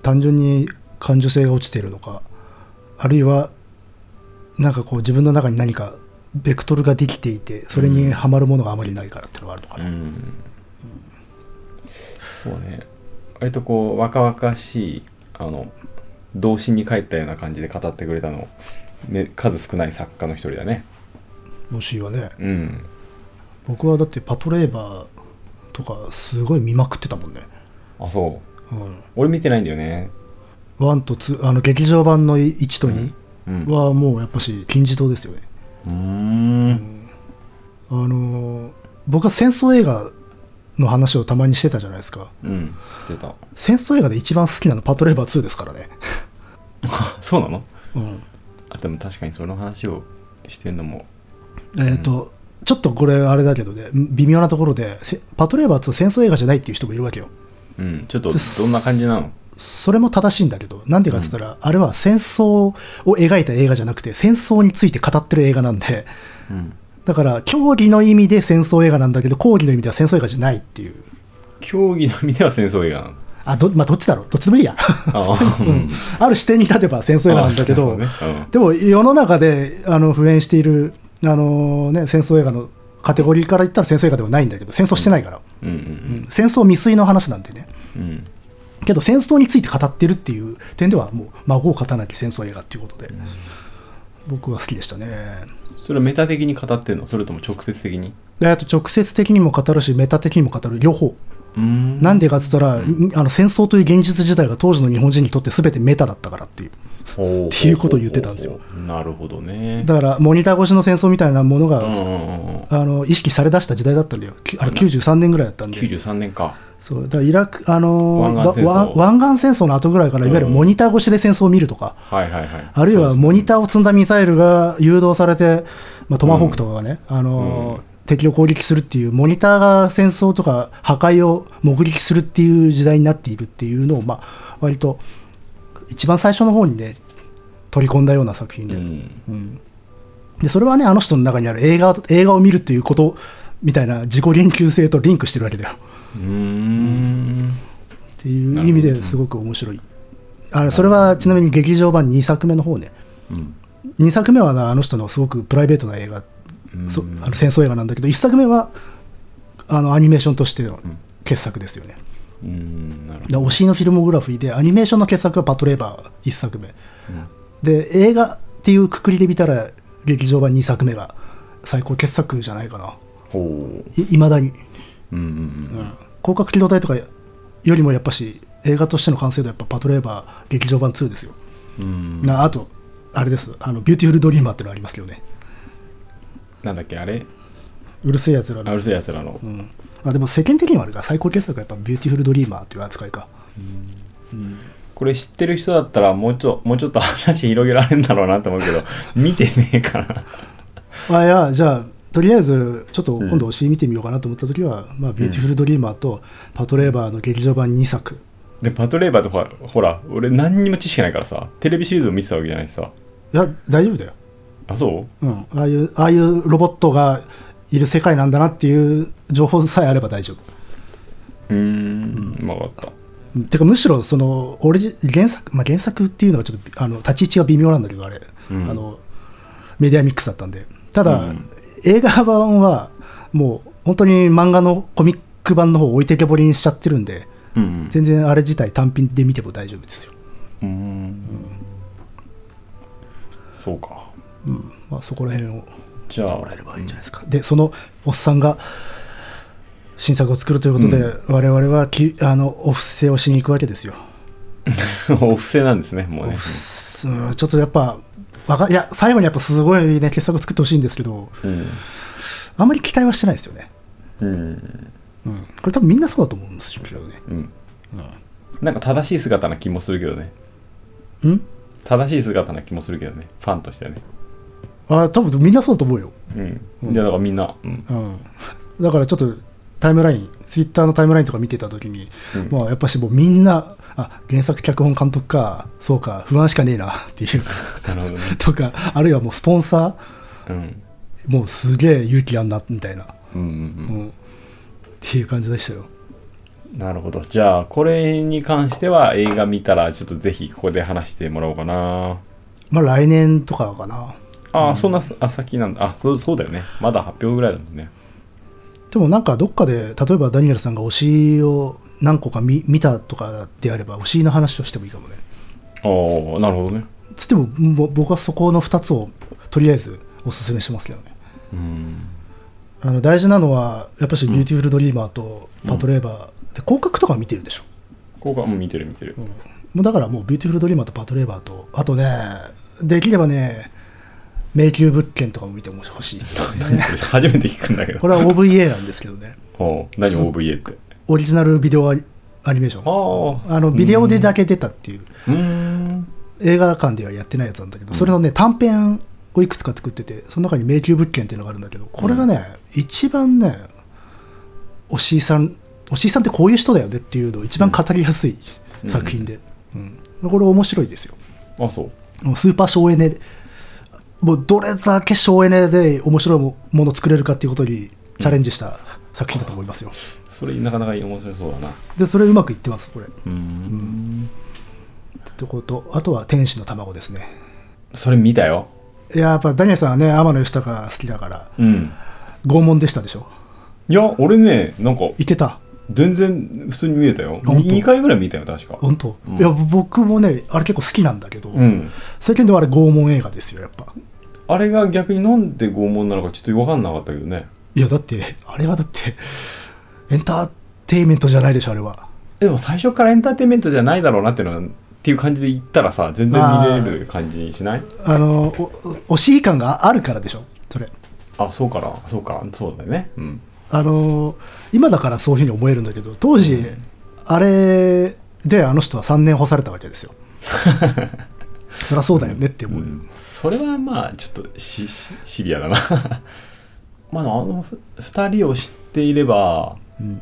単純に感受性が落ちているのかあるいはなんかこう自分の中に何かベクトルができていてそれにはまるものがあまりないからっていうのがあるのか
う
な、
んそうね割とこう若々しいあの童心に帰ったような感じで語ってくれたの、ね、数少ない作家の一人だね
もしいはね
うん
僕はだってパトレーバーとかすごい見まくってたもんね、
あそう
うん、
俺見てないんだよね
1と2あの劇場版の1と2
うんう
はもうやっぱし金字塔ですよね
ーん
あのー僕は戦争映画の話をたまにしてたじゃないですか
うん知ってた
戦争映画で一番好きなのパトレーバー2ですからね、
あそうなの
うん、
あでも確かにその話をしてんのも
えっ、と、ちょっとこれあれだけどね微妙なところでせパトレーバー2は戦争映画じゃないっていう人もいるわけよ
うんちょっとどんな感じなの
それも正しいんだけどなんでかっつったら、あれは戦争を描いた映画じゃなくて戦争について語ってる映画なんで
うん
だから競技の意味で戦争映画なんだけど講義の意味では戦争映画じゃないっていう
競技の意味では戦争映画なの
あど,、まあ、どっちだろうどっちでもいいや、
ああ、う
うん ある視点に立てば戦争映画なんだけ
あ
ど
そうなのね
でも世の中であの普遍しているあの、ね、戦争映画のカテゴリーから言ったら戦争映画ではないんだけど戦争してないから、
うんうん
うん戦争未遂の話なんでね
うんうん
けど戦争について語ってるっていう点ではもう孫を勝たなき戦争映画っていうことで、僕は好きでしたね
それはメタ的に語ってんのそれとも直接的に
であと直接的にも語るしメタ的にも語る両方
うん
なんでかっつったら、あの戦争という現実自体が当時の日本人にとって全てメタだったからっていう
っ
っていうことを言ってたんですよ。
なるほどね。
だからモニター越しの戦争みたいなものが、
うんうんうんうん。
あの意識されだした時代だったんだよきあれ93年ぐらいだったんで
93年か。
そうだからイラク、あの
湾岸戦争
わ湾湾岸戦争の後ぐらいからいわゆるモニター越しで戦争を見るとか、
はいはいはい。
あるいは
そうです
モニターを積んだミサイルが誘導されて、まあ、トマホークとかがね、あのー敵を攻撃するっていう、モニターが戦争とか破壊を目撃するっていう時代になっているっていうのを、まあ、割と一番最初の方にね、取り込んだような作品で、
うん。
うんでそれはね、あの人の中にある映画映画を見るっていうことみたいな自己言及性とリンクしてるわけだよ。
うーん。
っていう意味ですごく面白い。あれそれはちなみに劇場版2作目の方ね。
うん
2作目はなあの人のすごくプライベートな映画、
うん
そあの戦争映画なんだけど1作目はあのアニメーションとしての
ん
傑作ですよね、
うん。なるほ
で
ど。
推しのフィルモグラフィーでアニメーションの傑作は「パトレーバー」1作目
うん
で映画っていうくくりで見たら劇場版2作目が最高傑作じゃないかな
ほう。
いいまだに、
うんうん
うん広角機動隊とかよりもやっぱし映画としての完成度はやっぱ「パトレーバー」劇場版2ですよ、
うん。うん。
なあとあれですあの「ビューティフルドリーマー」ってのありますけどね
なんだっけ、あれ
うるせえやつらの
あうるせえやつらの
う。ん、あでも世間的にはあれか最高傑作はやっぱ「ビューティフル・ドリーマー」という扱いか、うん
これ知ってる人だったら、もうちょ、もうちょっと話広げられるんだろうなと思うけど、 見てねえから。
あいやじゃあとりあえずちょっと今度教え見てみようかなと思った時は「まあ、ビューティフル・ドリーマー」と「パトレーバー」の劇場版2作
で、パトレーバーとか、ほら、俺何にも知識ないからさ、テレビシリーズを見てたわけじゃないしさ。
いや大丈夫だよ、
あ、そう
うん、ああいうああいうロボットがいる世界なんだなっていう情報さえあれば大丈夫
うーん、分かった。
うんてかむしろその俺原作、まあ、原作っていうのはちょっとあの立ち位置が微妙なんだけどあれ、
うん
あのメディアミックスだったんでただ、
うん
映画版はもう本当に漫画のコミック版の方を置いてけぼりにしちゃってるんで
うん、
全然あれ自体単品で見ても大丈夫ですよ、
うん。そうか。
うんまあ、そこら辺を
じゃあ、
もらえればいいんじゃないですか、でそのおっさんが新作を作るということで、我々はきあのお布施をしに行くわけですよ
お布施なんです ね、もうね。
うんちょっとやっぱわかいや最後にやっぱすごいね傑作を作ってほしいんですけど
うん。
あんまり期待はしてないですよね、
うん。
うん、これ多分みんなそうだと思うんですけどね
うん。なんか正しい姿な気もするけどね。
うん
正しい姿な気もするけどね。ファンとしてはね。
あ多分みんなそうだと思うよ、
うん。じゃあ、だからみんな、うん。
うん、だからちょっとタイムラインツイッターのタイムラインとか見てた時に、
うん
まあやっぱしもうみんなあ原作脚本監督かそうか不安しかねえなっていう
なるほどね。
とかあるいはもうスポンサ
うん。
ーもうすげえ勇気あんなみたいな、
うんうん
う
うん
ん、っていう感じでしたよ
なるほどじゃあこれに関しては映画見たらちょっとぜひここで話してもらおうかな
まあ来年とかかな
ああ、そんなあ先なんだあそうそうだよねまだ発表ぐらいだもんね
でもなんかどっかで例えばダニエルさんが推しを何個か見見たとかであれば推しの話をしてもいいかもね
ああなるほどね
つってもぼ僕はそこの2つをとりあえずおすすめしますけどね
うん
あの大事なのはやっぱし「ビューティフル・ドリーマー」と「パトレーバー」で広角とか見てるでしょ、
ここがうん見てる見てる
うん、もうだからもう「ビューティフル・ドリーマー」と「パトレーバーと」あとねできればね「迷宮物件」とかも見てほしい
初めて聞くんだけど
これは OVA なんですけどね
おう何 OVA って
オリジナルビデオアニアニメーション
あ
あのビデオでだけ出たっていう
うーん
映画館ではやってないやつなんだけど、それのね短編をいくつか作っててその中に「迷宮物件」っていうのがあるんだけどこれがね、一番ねおしいさんおしいさんってこういう人だよねっていうのを一番語りやすい作品で、うんこれ面白いですよ
あそう
もうスーパー省エネでもうどれだけ省エネで面白いももの作れるかっていうことにチャレンジした作品だと思いますよ、
それなかなか面白そうだな
でそれうまくいってますこれっ
うーん
てことあとは「天使の卵」ですね
それ見たよ
いややっぱダニエルさんはね天野義高が好きだから
うん
拷問でしたでしょ
いや俺ねなんか
いけた
全然普通に見えたよ
本当
2回ぐらい見たよ確か
本当、
うん
いや僕もねあれ結構好きなんだけど、
うん
最近ではあれ拷問映画ですよやっぱ
あれが逆になんで拷問なのかちょっと分かんなかったけどね
いやだってあれはだってエンターテインメントじゃないでしょあれは
でも最初からエンターテインメントじゃないだろうなっていうのはっていう感じで行ったらさ、全然見れる感じにしない
あのおお尻感があるからでしょそれ
あ、そうかな。そうか。そうだよね。うん。
あの今だからそういうふうに思えるんだけど当時、あれであの人は3年干されたわけですよそりゃそうだよねって思うよ、
それはまあ、ちょっとシシシビアだな。 まあ、あのふ二人を知っていれば、
ん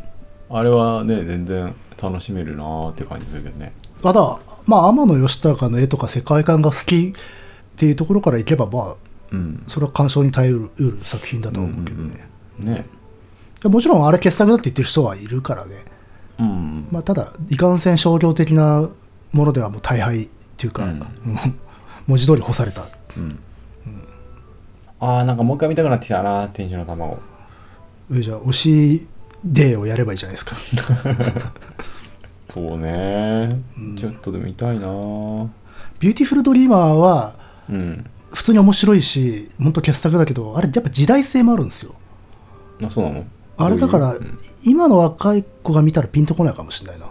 あれはね、全然楽しめるなーって感じするけどね。
ただまあ天野義高の絵とか世界観が好きっていうところからいけばまあ
うん。
それは鑑賞に耐えうる作品だとは思うけどね、
ね。
もちろんあれ傑作だって言ってる人はいるからね、
うん。
まあ、ただいかんせん商業的なものではもう大敗っていうか、
うん
文字通り干された
うん。ああ、なんかもう一回見たくなってきたな、天使の卵。
えじゃあ推しデーをやればいいじゃないですか
そうね、ちょっとでも見たいなー
ビューティフルドリーマーは
うん。
普通に面白いし本当傑作だけどあれやっぱ時代性もあるんですよ
あ、そうなの
あれだから、
どういう
今の若い子が見たらピンとこないかもしれないな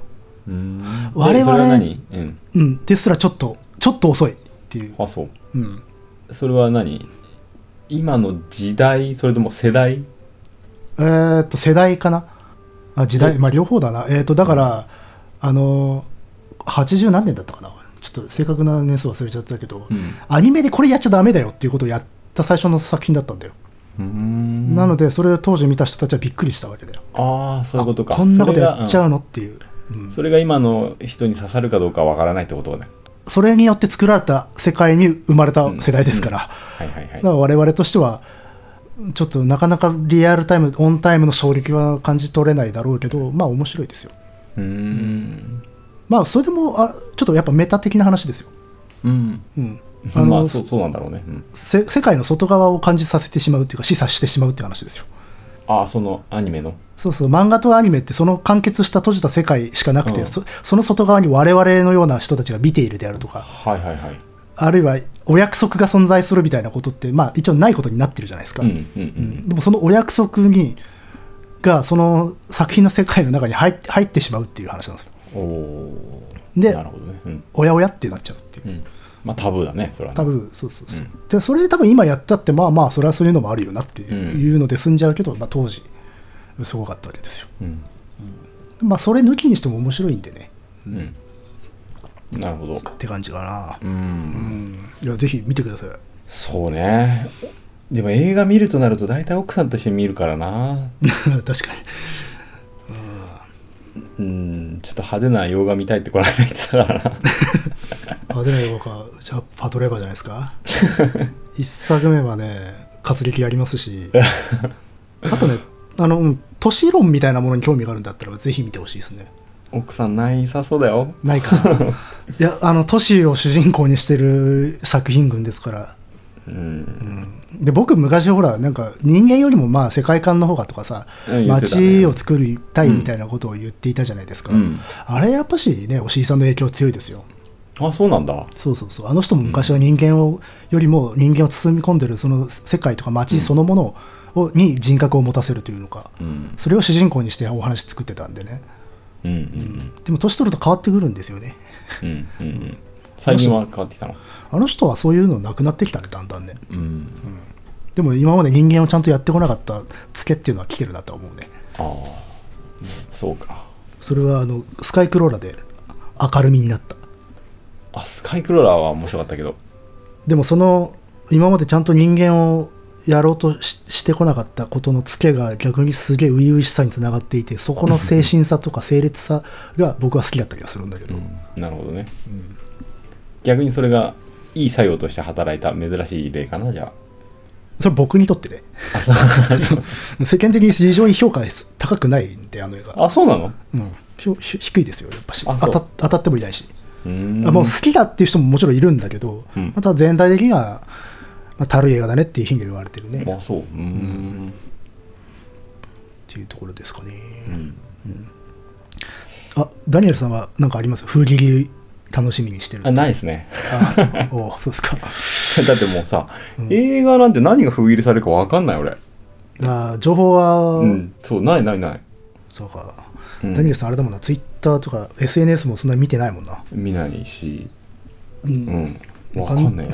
うん。うーん
我々
えそれは何うん。
うんですらちょっとちょっと遅いっていう、
あ、そう。
うん、
それは何今の時代それとも世代
えーっと世代かなあ時代まあ両方だなえーっとだからあのー80何年だったかなちょっと正確な年数忘れちゃったけど、
うん
アニメでこれやっちゃダメだよっていうことをやった最初の作品だったんだよ、
うん
なのでそれを当時見た人たちはびっくりしたわけだよ
ああそういうことか
あこんなことやっちゃう
の
のっていう、うん
それが今の人に刺さるかどうかわからないってことね
それによって作られた世界に生まれた世代ですから、
はいはいはい
だから我々としてはちょっとなかなかリアルタイムオンタイムの衝撃は感じ取れないだろうけどまあ面白いですよ
うーん
まあそれでもあちょっとやっぱメタ的な話ですよ、
うん
うん、あの、
まあそうそうなんだろうね、うん、
せ世界の外側を感じさせてしまうっていうか示唆してしまうっていう話ですよ
ああそのアニメの
そうそう漫画とアニメってその完結した閉じた世界しかなくて、
うん
そその外側に我々のような人たちが見ているであるとか
はいはいはい
あるいはお約束が存在するみたいなことってまあ一応ないことになってるじゃないですか、
うんうんう
うんんでもそのお約束にがその作品の世界の中に入って入ってしまうっていう話なんですよ
おおー
で
なるほどねうん、
おやおやってなっちゃうっていう
うん、まあタブーだねそれはね
多分そうそうそう、でそれで多分今やったってまあまあそれはそういうのもあるよなっていうので済んじゃうけど、まあ、当時すごかったわけですよ
うん
まあそれ抜きにしても面白いんでね
うんなるほど
って感じかな
うん
うんいやぜひ見てください
そうねでも映画見るとなると大体奥さんと一緒に見るからな
確か
うんちょっと派手な洋画見たいってこない言ってたからな
にアデライかじゃあパトレーバーじゃないです か一作目はね活力ありますしあとねあの、うん、都市論みたいなものに興味があるんだったらぜひ見てほしいですね
奥さんないさそうだよ
ないか ないやあの都市を主人公にしてる作品群ですから
うん、
で僕昔ほらなんか人間よりもまあ世界観の方がとかさ、
うん言ってたね
街を作りたいみたいなことを言っていたじゃないですか、
うん
あれやっぱしねおしりさんの影響強いですよ
あそうなんだ
そうそうそうあの人も昔は人間を、よりも人間を包み込んでるその世界とか街そのものを、に人格を持たせるというのか、
うん
それを主人公にしてお話作ってたんでね
うんうん
でも年取ると変わってくるんですよね
うんうんうん最近は変わってきたの
あの人はそういうのなくなってきたねだんだんね
うん
でも今まで人間をちゃんとやってこなかったツケっていうのは来てるなとは思うね
ああそうか
それはあのスカイクローラで明るみになった
あスカイクローラーは面白かったけど
でもその今までちゃんと人間をやろうとししてこなかったことのツケが逆にすげえ初々しさにつながっていてそこの精神さとか整列さが僕は好きだった気がするんだけど、
なるほどね、逆にそれがいい作用として働いた珍しい例かなじゃ
それ僕にとっ てね世間的に非常に評価高くないんであの映画、
ああそうなの
うん、ひょひょ低いですよやっぱし
あ
当
そう
た当たってもいないし
うーん
あもう好きだっていう人ももちろんいるんだけど、
うん
また全体的には、まあ、たるい映画だねっていうふうに言われてるね、っ
あそううーん
ていうところですかね、
ん
あダニエルさんは何かあります風切り楽しみにしてる
あないです ね
あ おうそうですか
だってもうさ、映画なんて何が封切りされるか分かんない俺
あ情報は、
うんそうないないない
そうか、
うん
谷口さんあれだもんなツイッターとか SNS もそんなに見てないもんな、
見ないし、
う、
うんん。わかんない。わかんない。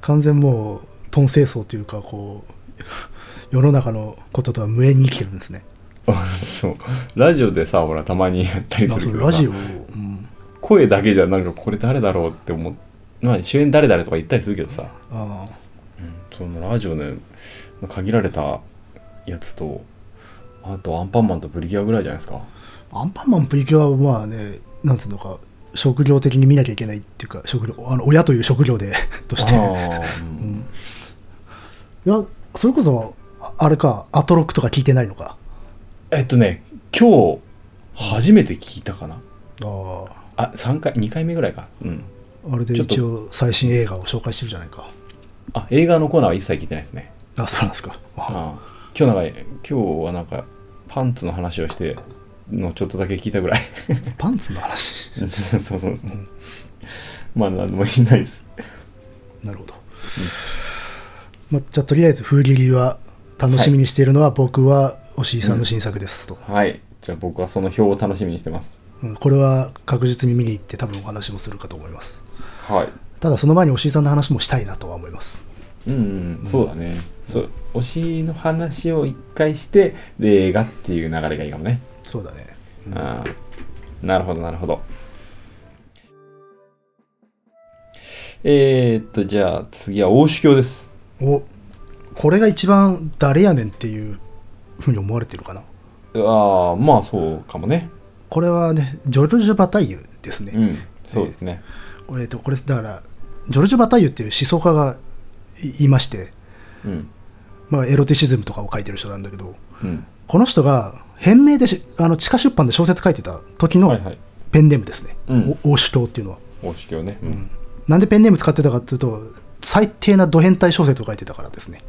完全もう豚清掃というかこう 世の中のこととは無縁に生きてるんですね
あ そう。ラジオでさ、ほら、たまにやったり
あ
す
そ
るけ
う
ど
ラ
さ
ジオ、うん、
声だけじゃ、なんかこれ誰だろうって思っまあ、主演誰々とか言ったりするけどさ、
あ
そのラジオね、限られたやつと、あとアンパンマンとプリギュアぐらいじゃないですか。
あアンパンマンプリキュアはまあねなんつうのか職業的に見なきゃいけないっていうか職業あの親という職業で として
ああ、う
うん
ん、
いやそれこそああれかアトロックとか聞いてないのか
えっとね、今日、初めて聞いたかな。
ああ
あ、3回、2回目ぐらいか。うん。
あれで
ちょっと
一応最新映画を紹介してるじゃないか
あ、映画のコーナーは一切聞いてないですね。
あそうなんですかあ
ああ今日なんか、今日はなんか、パンツの話をして、のちょっとだけ聞いたぐらい。
パンツの話
そうそうそう。まあ、なんでも言えないです。
なるほど、まあ、じゃあとりあえず「風切り」は楽しみにしているのは僕は押井さんの新作ですと、
はい。じゃあ僕はその表を楽しみにしてます。
うんこれは確実に見に行って多分お話もするかと思います
はい。
ただその前に押井さんの話もしたいなとは思います
うん、うん、そうだね。そう、推しの話を一回して、で、映画っていう流れがいいかもね。
そうだね
ああ、なるほど、なるほど。えー、っと、じゃあ次は大主教です。
おこれが一番誰やねんっていうふうに思われてるかな
ああ、まあそうかもね。
これはねジョルジュ・バタイユですね、
うん、そうですね。
これえっとこれだからジョルジュ・バタイユっていう思想家がいいまして、
うん、
まあ、エロティシズムとかを書いてる人なんだけど
うん。
この人が編名でしあの地下出版で小説書いてた時
はい
の
はい。
ペンネームですね、
うん
お王主党っていうのは、
大主教ね。う。
うんんなんでペンネーム使ってたかっていうと最低なド変態小説を書いてたからですね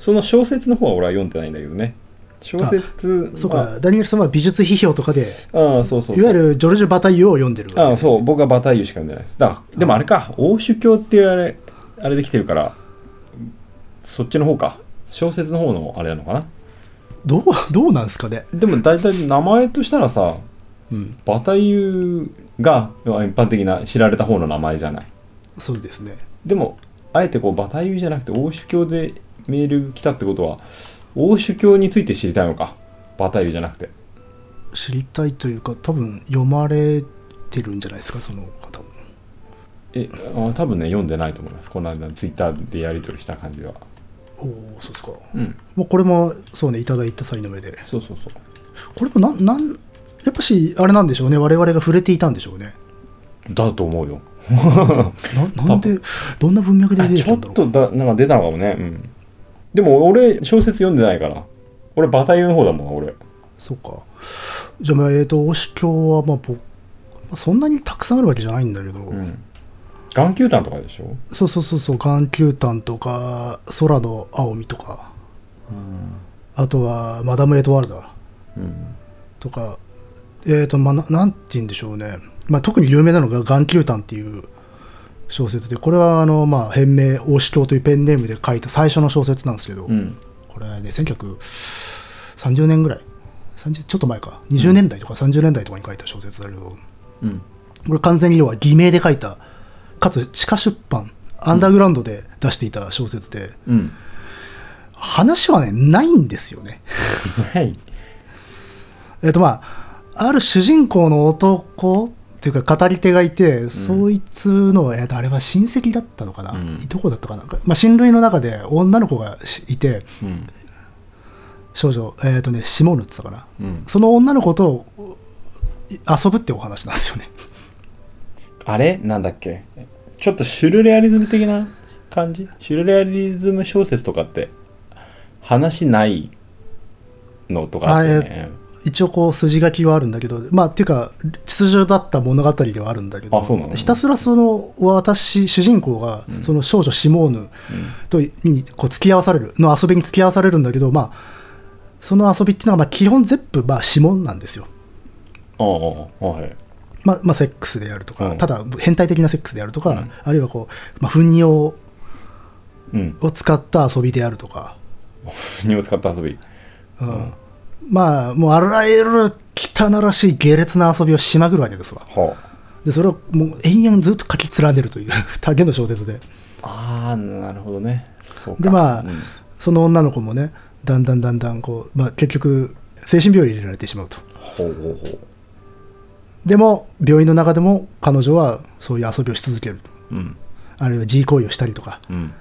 その小説の方は俺は読んでないんだけどね。小説
そう
は。
かダニエルさんは美術批評とかで
ああ、そうそうそう。
いわゆるジョルジュ・バタイユを読んでる
あ
わ
あ
け
そう僕はバタイユしか読んでないですだからでもあれか欧主教っていうあれあれできてるからそっちの方か小説の方のあれなのかな
どう どうなんですかね、
でも大体名前としたらさ
うん、
バタイユが要は一般的な知られた方の名前じゃない
そうですね
でもあえてこうバタイユじゃなくて欧主教でメール来たってことは欧主教について知りたいのかバタイユじゃなくて
知りたいというか多分読まれてるんじゃないですかその方も
えあ多分ね読んでないと思いますこの間ツイッターでやり取りした感じは
おおそうですか
うん
もうこれもそうねいただいた際の目で
そうそうそう
これもなんなんやっぱしあれなんでしょうね我々が触れていたんでしょうね
だと思うよ
ななんでどんな文脈で
あ
出てき
ち
た
ょっ
んだろう
とだなんか出たのかもね、うん、でも俺小説読んでないから俺バタユの方だもんな俺
そうかじゃあまあえっ、と推し教はまあ僕まあそんなにたくさんあるわけじゃないんだけど、
うん眼球団とかでしょ
そうそうそうそう眼球炭とか空の青みとか
うん、
あとはマダム・エトワールダとかえっ、とまあななんて言うんでしょうね、まあ、特に有名なのが眼球炭っていう小説でこれはあのまあ変名推し教というペンネームで書いた最初の小説なんですけど、
うん、
これはね1930年ぐらい30ちょっと前か20年代とか30年代とかに書いた小説だけど、こ
うん、
れ完全に要は偽名で書いたかつ地下出版アンダーグラウンドで出していた小説で、
うん、
話はねないんですよね
はい、
えっとまあある主人公の男っていうか語り手がいて、そいつの、えっとあれは親戚だったのかな、
うん
どこだったかな、まあ、親類の中で女の子がいて
うん、
少女えっ、とねシモヌって言ったかな
うん、
その女の子とい遊ぶってお話なんですよね。
あれなんだっけちょっとシュルレアリズム的な感じシュルレアリズム小説とかって話ないのとかあってね
一応こう筋書きはあるんだけど、まあっていうか、秩序だった物語ではあるんだけど、
あそうなの
ひたすらその私、主人公が、その少女シモーヌとにこう付き合わされる、の遊びに付き合わされるんだけど、まあ、その遊びっていうのはまあ基本全部まあ指紋なんですよ。
ああああはい
まあ、まあ、セックスであるとか、
うん
ただ変態的なセックスであるとか、あるいはこう、まあ、糞尿
うん
を使った遊びであるとか、
荷を使った遊び
うんまあ、もうあらゆる汚らしい下劣な遊びをしまくるわけですわ。
は
で、それをもう延々ずっと書き連ねるという 竹の小説で。
ああーなるほどねそうか
で、まあ、
うん
その女の子もね、だんだんだんだん、こう、まあ結局、精神病院に入れられてしまうと。
ほうほうほう
でも、病院の中でも彼女はそういう遊びをし続ける。
うん
あるいは G 行為をしたりとか、
うん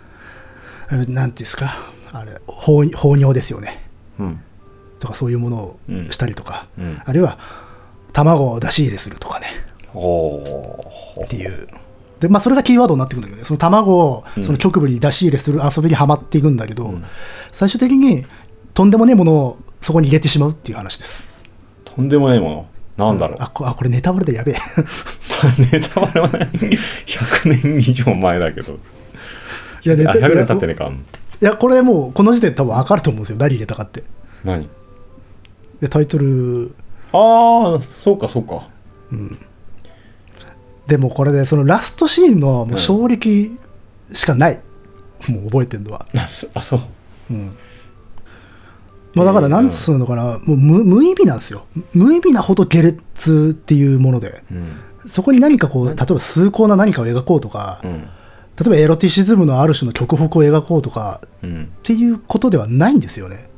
あれなんていうんですか、あれ、放放尿ですよね。
うん
とかそういうもの
うん
をしたりとか、
うん
あるいは卵を出し入れするとかね、
ほう
っていう。で、まあそれがキーワードになってくるんだけどね、その卵を
うん
その局部に出し入れする遊びにはまっていくんだけど、
うん
最終的にとんでもねえものをそこに入れてしまうっていう話です。
とんでもないものなんだろう、
あ、こあこれネタバレでやべえ。
ネタバレはない100年以上前だけど
いや、ネ
あ
タ
100年経って
い
ねえかうん
や、これもうこの時点で多分わかると思うんですよ、何入れたかって。い
何
やタイトル、
ああそうかそうか
でもこれで、そのラストシーンのもう衝撃しかない。もう覚えてるのは。
あそ あそう
うんまあ、だから、なんつうのかな、もう無無意味なんですよ。無意味なほど下劣っていうもので、
うん
そこに何かこう、例えば崇高な何かを描こうとか、
う
例
ん
えばエロティシズムのある種の曲北を描こうとか
うん
っていうことではないんですよね。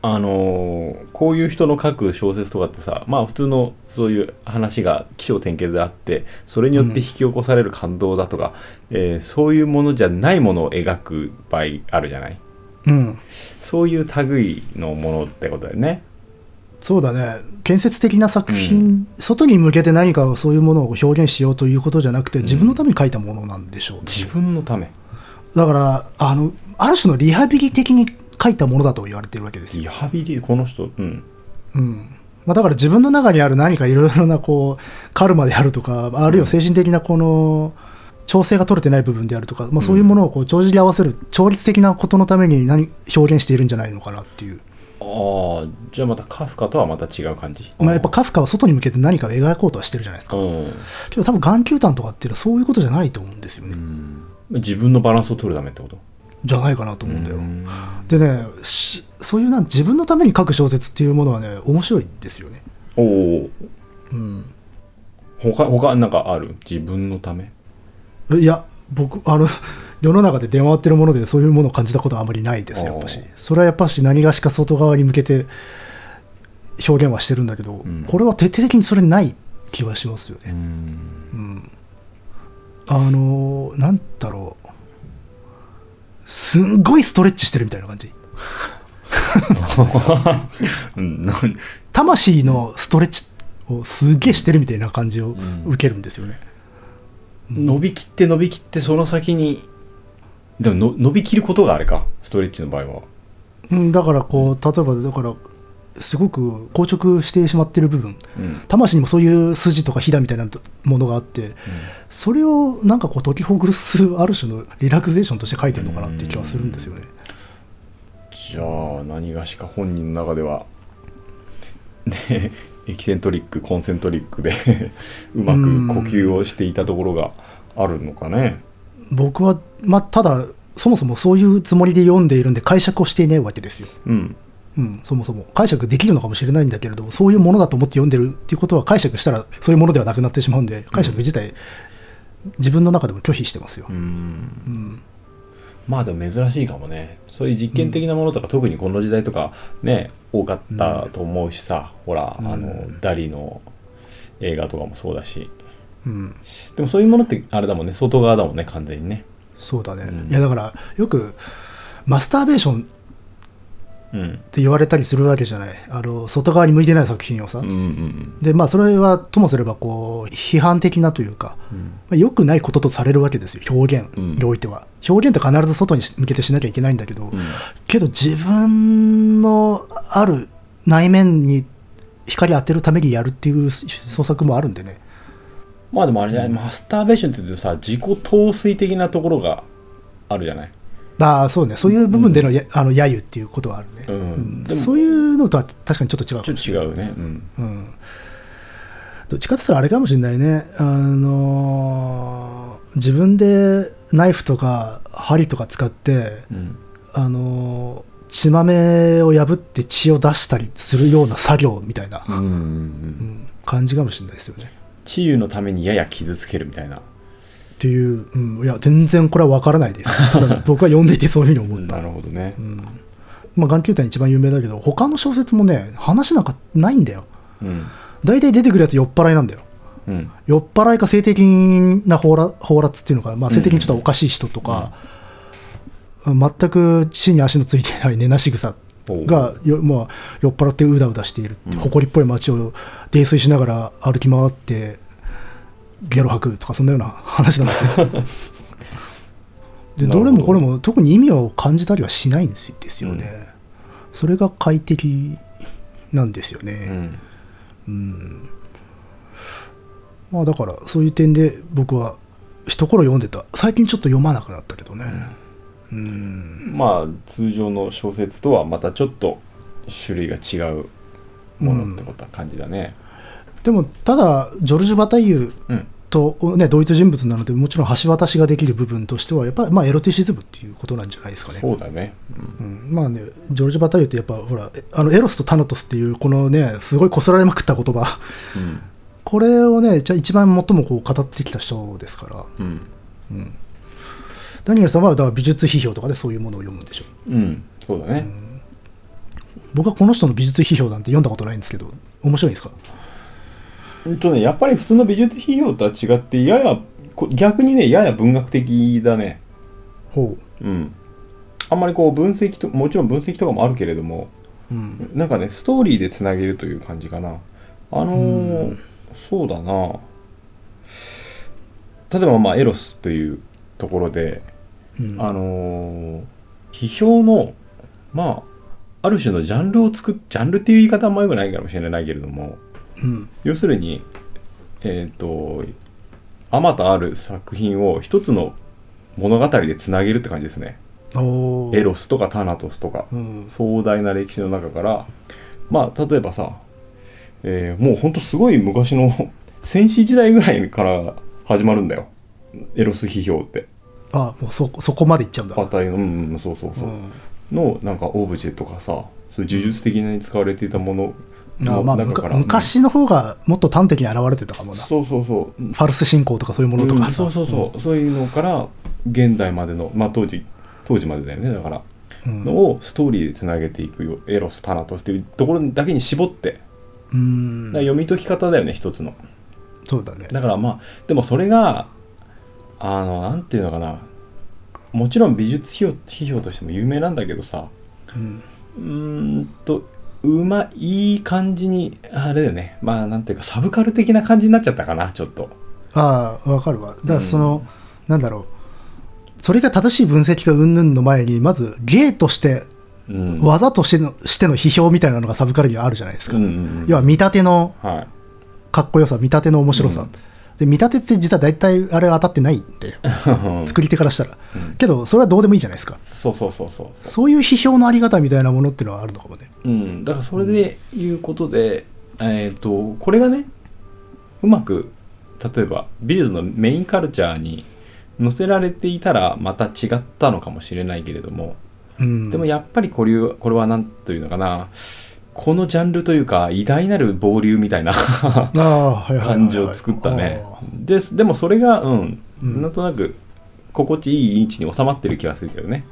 あのーこういう人の書く小説とかってさまあ普通のそういう話が起承転結であってそれによって引き起こされる感動だとか、えーそういうものじゃないものを描く場合あるじゃない
うん。
そういう類のものってことだよね
そうだね。建設的な作品、外に向けて何かをそういうものを表現しようということじゃなくて、自分のために書いたものなんでしょうね、
自分のため
だから、あの、ある種のリハビリ的に書いたものだと言われてるわけですよ
リハビリこの人うん
うんまあ、だから自分の中にある何かいろいろなこうカルマであるとかあるいは精神的なこの調整が取れてない部分であるとか、まあ、そういうものをこう帳尻合わせる調律的なことのために何表現しているんじゃないのかなっていう、
ああじゃあまたカフカとはまた違う感じ
まあ、やっぱカフカは外に向けて何かを描こうとはしてるじゃないですか
うん、
けど多分眼球団とかっていうのはそういうことじゃないと思うんですよね、
うん、自分のバランスを取るためってこと
じゃないかなと思うんだよ、
うん
でねしそういうなん自分のために書く小説っていうものはね面白いですよね
おお
うん
他他なんかある自分のため
いや僕あの 世の中で出回ってるものでそういうものを感じたことはあまりないです
あー
やっぱしそれはやっぱし何がしか外側に向けて表現はしてるんだけど、
ん
これは徹底的にそれない気はしますよね、
うん
あのーなんだろうすんごいストレッチしてるみたいな感じ
うんな
魂のストレッチをすげえしてるみたいな感じを
ん
受けるんですよね、
伸びきって伸びきってその先にでもの伸びきることがあれかストレッチの場合は
うん、だからこう例えばだからすごく硬直してしまってる部分
うん
魂にもそういう筋とかひだみたいなものがあってそれをなんかこう解きほぐすある種のリラクゼーションとして書いてるのかなっていう気はするんですよね
じゃあ何がしか本人の中ではねエキセントリックコンセントリックで うまく呼吸をしていたところがあるのかね
僕はまあただそもそもそういうつもりで読んでいるんで解釈をしていないわけですよ、
うん
うん、そもそも解釈できるのかもしれないんだけれどもそういうものだと思って読んでるっていうことは解釈したらそういうものではなくなってしまうんで解釈自体、自分の中でも拒否してますよ、
うん
うん、
まあでも珍しいかもねそういう実験的なものとか、特にこの時代とかね多かったと思うしさ、ほら、あ
うん
のダリの映画とかもそうだし
うん
でもそういうものってあれだもんね外側だもんね完全にね
そうだね、
うん
いやだからよくマスターベーション
うん
って言われたりするわけじゃないあの外側に向いてない作品をさ、
うんうん
でまあそれはともすればこう批判的なというか、
うん
まあ、良くないこととされるわけですよ表現
うん
においては、表現って必ず外に向けてしなきゃいけないんだけ
う
ど、
ん
けど自分のある内面に光当てるためにやるっていう創作もあるんでね
まあでもあれじゃない、マスターベーションって言うとさ自己陶酔的なところがあるじゃない、
ああそうねそういう部分でのや、あの揶揄っていうことはあるね、
うん
うん
でも
そういうのとは確かにちょっと違うかも
ちょっと違うねうん
うんどっちかって言ったらあれかもしれないね、あのー自分でナイフとか針とか使って、
うん
あのー血豆を破って血を出したりするような作業みたいな、
うんうんう
うんん、感じかもしれないですよね。
治癒のためにやや傷つけるみたいな
っていう、うん、いや、全然これは分からないです。ただ僕は読んでいてそういうふうに思っ
な
た
る。ほどね、
うん、まあ、眼球体一番有名だけど、他の小説もね、話なんかないんだよ。
うん
大体出てくるやつ酔っ払いなんだよ。
うん
酔っ払いか性的な放ら放らつっていうのか、まあ、性的にちょっとおかしい人とか、全く地に足のついてない寝なし草がよ、まあ、酔っ払ってうだうだしている、
うん
埃っぽい街を泥酔しながら歩き回ってギャロ吐くとかそんなような話なんです よ。で
なるほど
どれもこれも特に意味を感じたりはしないんですですよね、それが快適なんですよね。
うん
うんまあだからそういう点で僕は一頃読んでた最近ちょっと読まなくなったけどねうん
まあ通常の小説とはまたちょっと種類が違うものってことは感じだね
でもただジョルジュ・バタイユ
うん
と、ね、同一人物なのでもちろん橋渡しができる部分としてはやっぱりまあエロティシズムっていうことなんじゃないですかね
そうだね
うん、まあねジョルジュ・バタイユってやっぱほらえあのエロスとタナトスっていうこのねすごいこすられまくった言葉
うん
これをねじゃあ一番最もこう語ってきた人ですから
うん
ダニエルさんはだから美術批評とかでそういうものを読むんでしょ
うんそうだね
僕はこの人の美術批評なんて読んだことないんですけど面白いんですか
うんとねやっぱり普通の美術批評とは違ってややこ逆にねやや文学的だね
ほ
うんあんまりこう分析ともちろん分析とかもあるけれども
う、うん、
なんかねストーリーでつなげるという感じかなあのーそうだな例えばまあエロスというところで
うん
あのー批評のまあある種のジャンルを作っジャンルっていう言い方はあんまよくないかもしれないけれども
うん
要するにえっ、とあまたある作品を一つの物語でつなげるって感じですね
おー
エロスとかタナトスとか
うん
壮大な歴史の中からまあ例えばさ、えーもうほんとすごい昔の 戦士時代ぐらいから始まるんだよエロス批評って
あもうそそこまでいっちゃうんだ
馬体のうんうんそうそうそう、のなんかオブジェとかさそういう呪術的に使われていたもの
うん、あ
の
まあむ
中
か
から、
昔の方がもっと端的に現れてたかも
うん
なフ
そうそうそう
ァルス信仰とかそういうものとか
うん
さ、
そうそうそう、そういうのから現代までのまあ当時当時までだよねだから、
うん
のをストーリーでつなげていくよエロスタナトスっていうところだけに絞って
うん、
だから読み解き方だよね一つの
そうだね
だからまあでもそれがあのなんていうのかなもちろん美術批評批評としても有名なんだけどさ
うん
うーんとうまいい感じにあれだよねまあなんていうかサブカル的な感じになっちゃったかなちょっと
ああわかるわだからその、なんだろうそれが正しい分析がうんぬんの前にまず芸として
うん
技としてのしての批評みたいなのがサブカルにはあるじゃないです
う
か、
んうん
要は見立ての
はい
かっこよさ見立ての面白さ、
うん
で見立てって実は大体あれは当たってないんで作り手からしたら、けどそれはどうでもいいじゃないですか
そうそうそうそう
そういう批評のあり方みたいなものっていうのはあるのかもね
うん、だからそれでいうことで、えー、とこれがねうまく例えば美術のメインカルチャーに載せられていたらまた違ったのかもしれないけれども
うん
でもやっぱりこれこれは何というのかなこのジャンルというか偉大なる暴流みた いな
ああ、はいはいはいはい
感じを作ったね
ああ
ででもそれがうん、
うん
なんとなく心地いい位置に収まってる気がするけどね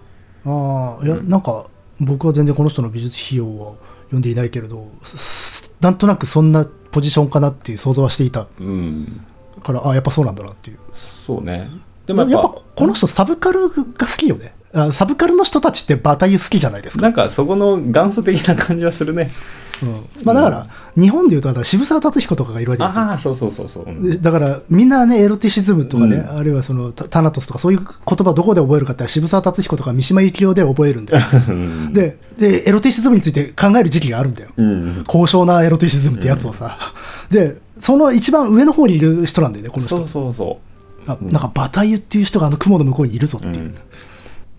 ああいやなんか僕は全然この人の美術費用は読んでいないけれどすすなんとなくそんなポジションかなっていう想像はしていた
うん
からああやっぱそうなんだなっていう
そうねで
で
も
も
や
や
っ
っ
ぱ
ぱこの人サブカルが好きよねあサブカルの人たちってバタユ好きじゃないですか
なんかそこの元祖的な感じはする ね
うんまあだから、日本でいうとだから渋沢達彦とかがいるわけですよ
ああそうそうそうそう、うん
でだからみんなねエロティシズムとかね、
うん
あるいはそのタタナトスとかそういう言葉どこで覚えるかって渋沢達彦とか三島由紀夫で覚えるんだよ
うん
ででエロティシズムについて考える時期があるんだよ
うん
高尚なエロティシズムってやつをさ、でその一番上の方にいる人なんだよねこの人
そうそうそ
あなんかバタユっていう人があの雲の向こうにいるぞって
う、う
いう、
ん、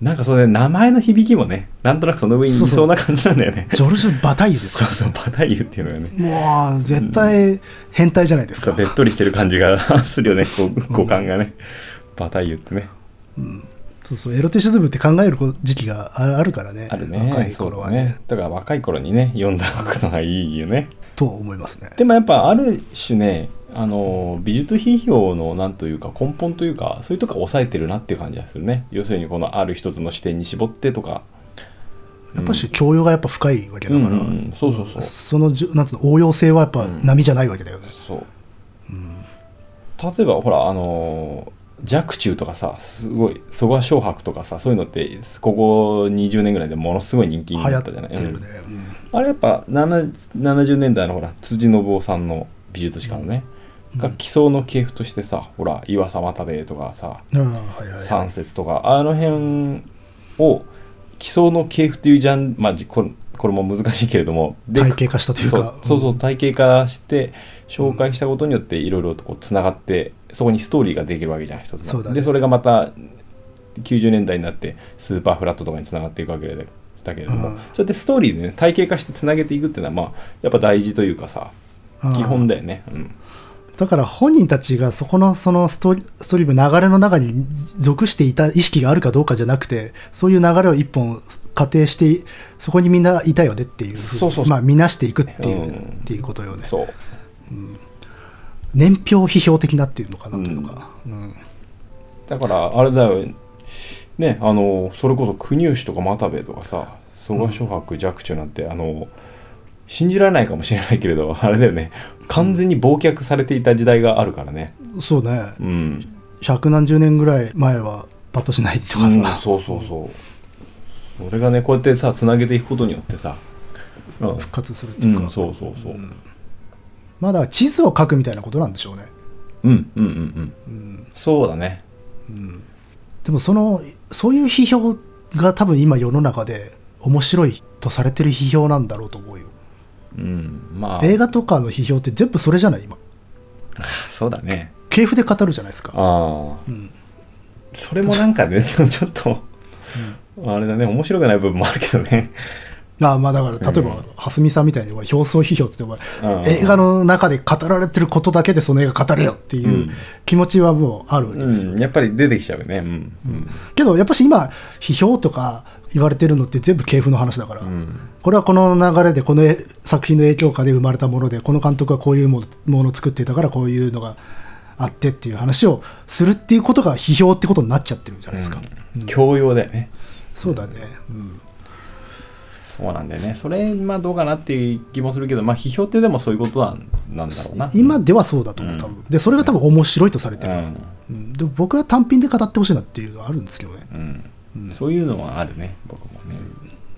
なんかそれ名前の響きもねなんとなくその上にい
そうそう
そうな感じなんだよね
ジョルジュ・バタユです
そ
か
うそうバタイユっていうのがね
もう絶対変態じゃないです
ちょ
か、
っとべ っとりしてる感じがするよねこう五感がねバタイユってね
そうそうエロティシズムって考える時期がああるからね
あるね。
若い頃は
そう
ね
だだから若い頃にね、読んだことがいいよね。
とは思いますね
でもやっぱある種ね、あの、美術批評のなんというか根本というか、そういうとこは抑えてるなっていう感じがするね。要するにこのある一つの視点に絞ってとか。
やっぱし教養がやっぱ深いわけだから、
うんうんうんそうそうそう
そのじゅなんつうの応用性はやっぱ
ん
波じゃないわけだよね、
そう。例えばほら、あの、若冲とかさ、すごい、蘇我昌白とかさ、そういうのって、ここ20年ぐらいでものすごい人気に
流行
なっ
った
じゃない
てるね、
あれやっぱ70 70年代のほら辻信夫さんの美術史家のね、が基礎の系譜としてさほら岩佐又兵衛とかさ
うんああはいはいはい
三節とかあの辺を基礎の系譜というジャンまあじこれこれも難しいけれどもで
体系化したというか
そうそうそう体系化して紹介したことによっていろいろとこうつながってそこにストーリーができるわけじゃない一つの
そうだね
でそれがまた90年代になってスーパーフラットとかにつながっていくわけでだけれども、
うん
そうやってストーリーでね体系化してつなげていくっていうのはまあやっぱ大事というかさ
うん
基本だよね、うん、
だから本人たちがそこのそのストーリーストーリーの流れの中に属していた意識があるかどうかじゃなくてそういう流れを一本仮定してそこにみんないたよねっていう
そうそうそう
まあ、見なしていくっていう,、
うん
っていうことよね
そう
年表批評的なっていうのかなというのか、うん
だからあれだよねあのそれこそ国吉とか又兵衛とかさ蘇我諸白若冲なんて、あの信じられないかもしれないけれどあれだよね完全に忘却されていた時代があるからね
そうね
うん、うん
百何十年ぐらい前はパッとしないとかさ、
そうそうそうそれがねこうやってさつなげていくことによってさうん、
復活するって
う
いうか、
ん、そうそうそう
まだ地図を書くみたいなことなんでしょうね、
うんうんうんうん
うん、
そうだね
でもそのそういう批評が多分今世の中で面白いとされてる批評なんだろうと思うよ
うんまあ
映画とかの批評って全部それじゃない今
そうだね
系譜で語るじゃないですか
ああ、
ん
それもなんかねでもちょっと、あれだね面白くない部分もあるけどね
ああまあだから例えば、蓮見さんみたいにほら表層批評って言っても
うん
映画の中で語られてることだけでその映画語れよっていううん気持ちはもうあるわけですよ、
うんやっぱり出てきちゃうよねうん
けどやっぱし今批評とか言われてるのって全部系譜の話だから、これはこの流れでこの絵作品の影響下で生まれたものでこの監督はこういうものものを作っていたからこういうのがあってっていう話をするっていうことが批評ってことになっちゃってるじゃないですか、
うん教養だよね
そうだね、うん、
そうなんだよねそれまあどうかなっていう気もするけどまあ批評ってでもそういうことなんなんだろうな
今ではそうだと思う多分でそれが多分面白いとされて
う
る、
ん、
うんで僕は単品で語ってほしいなっていうのはあるんですけどね
うん、そういうのはあるね僕もね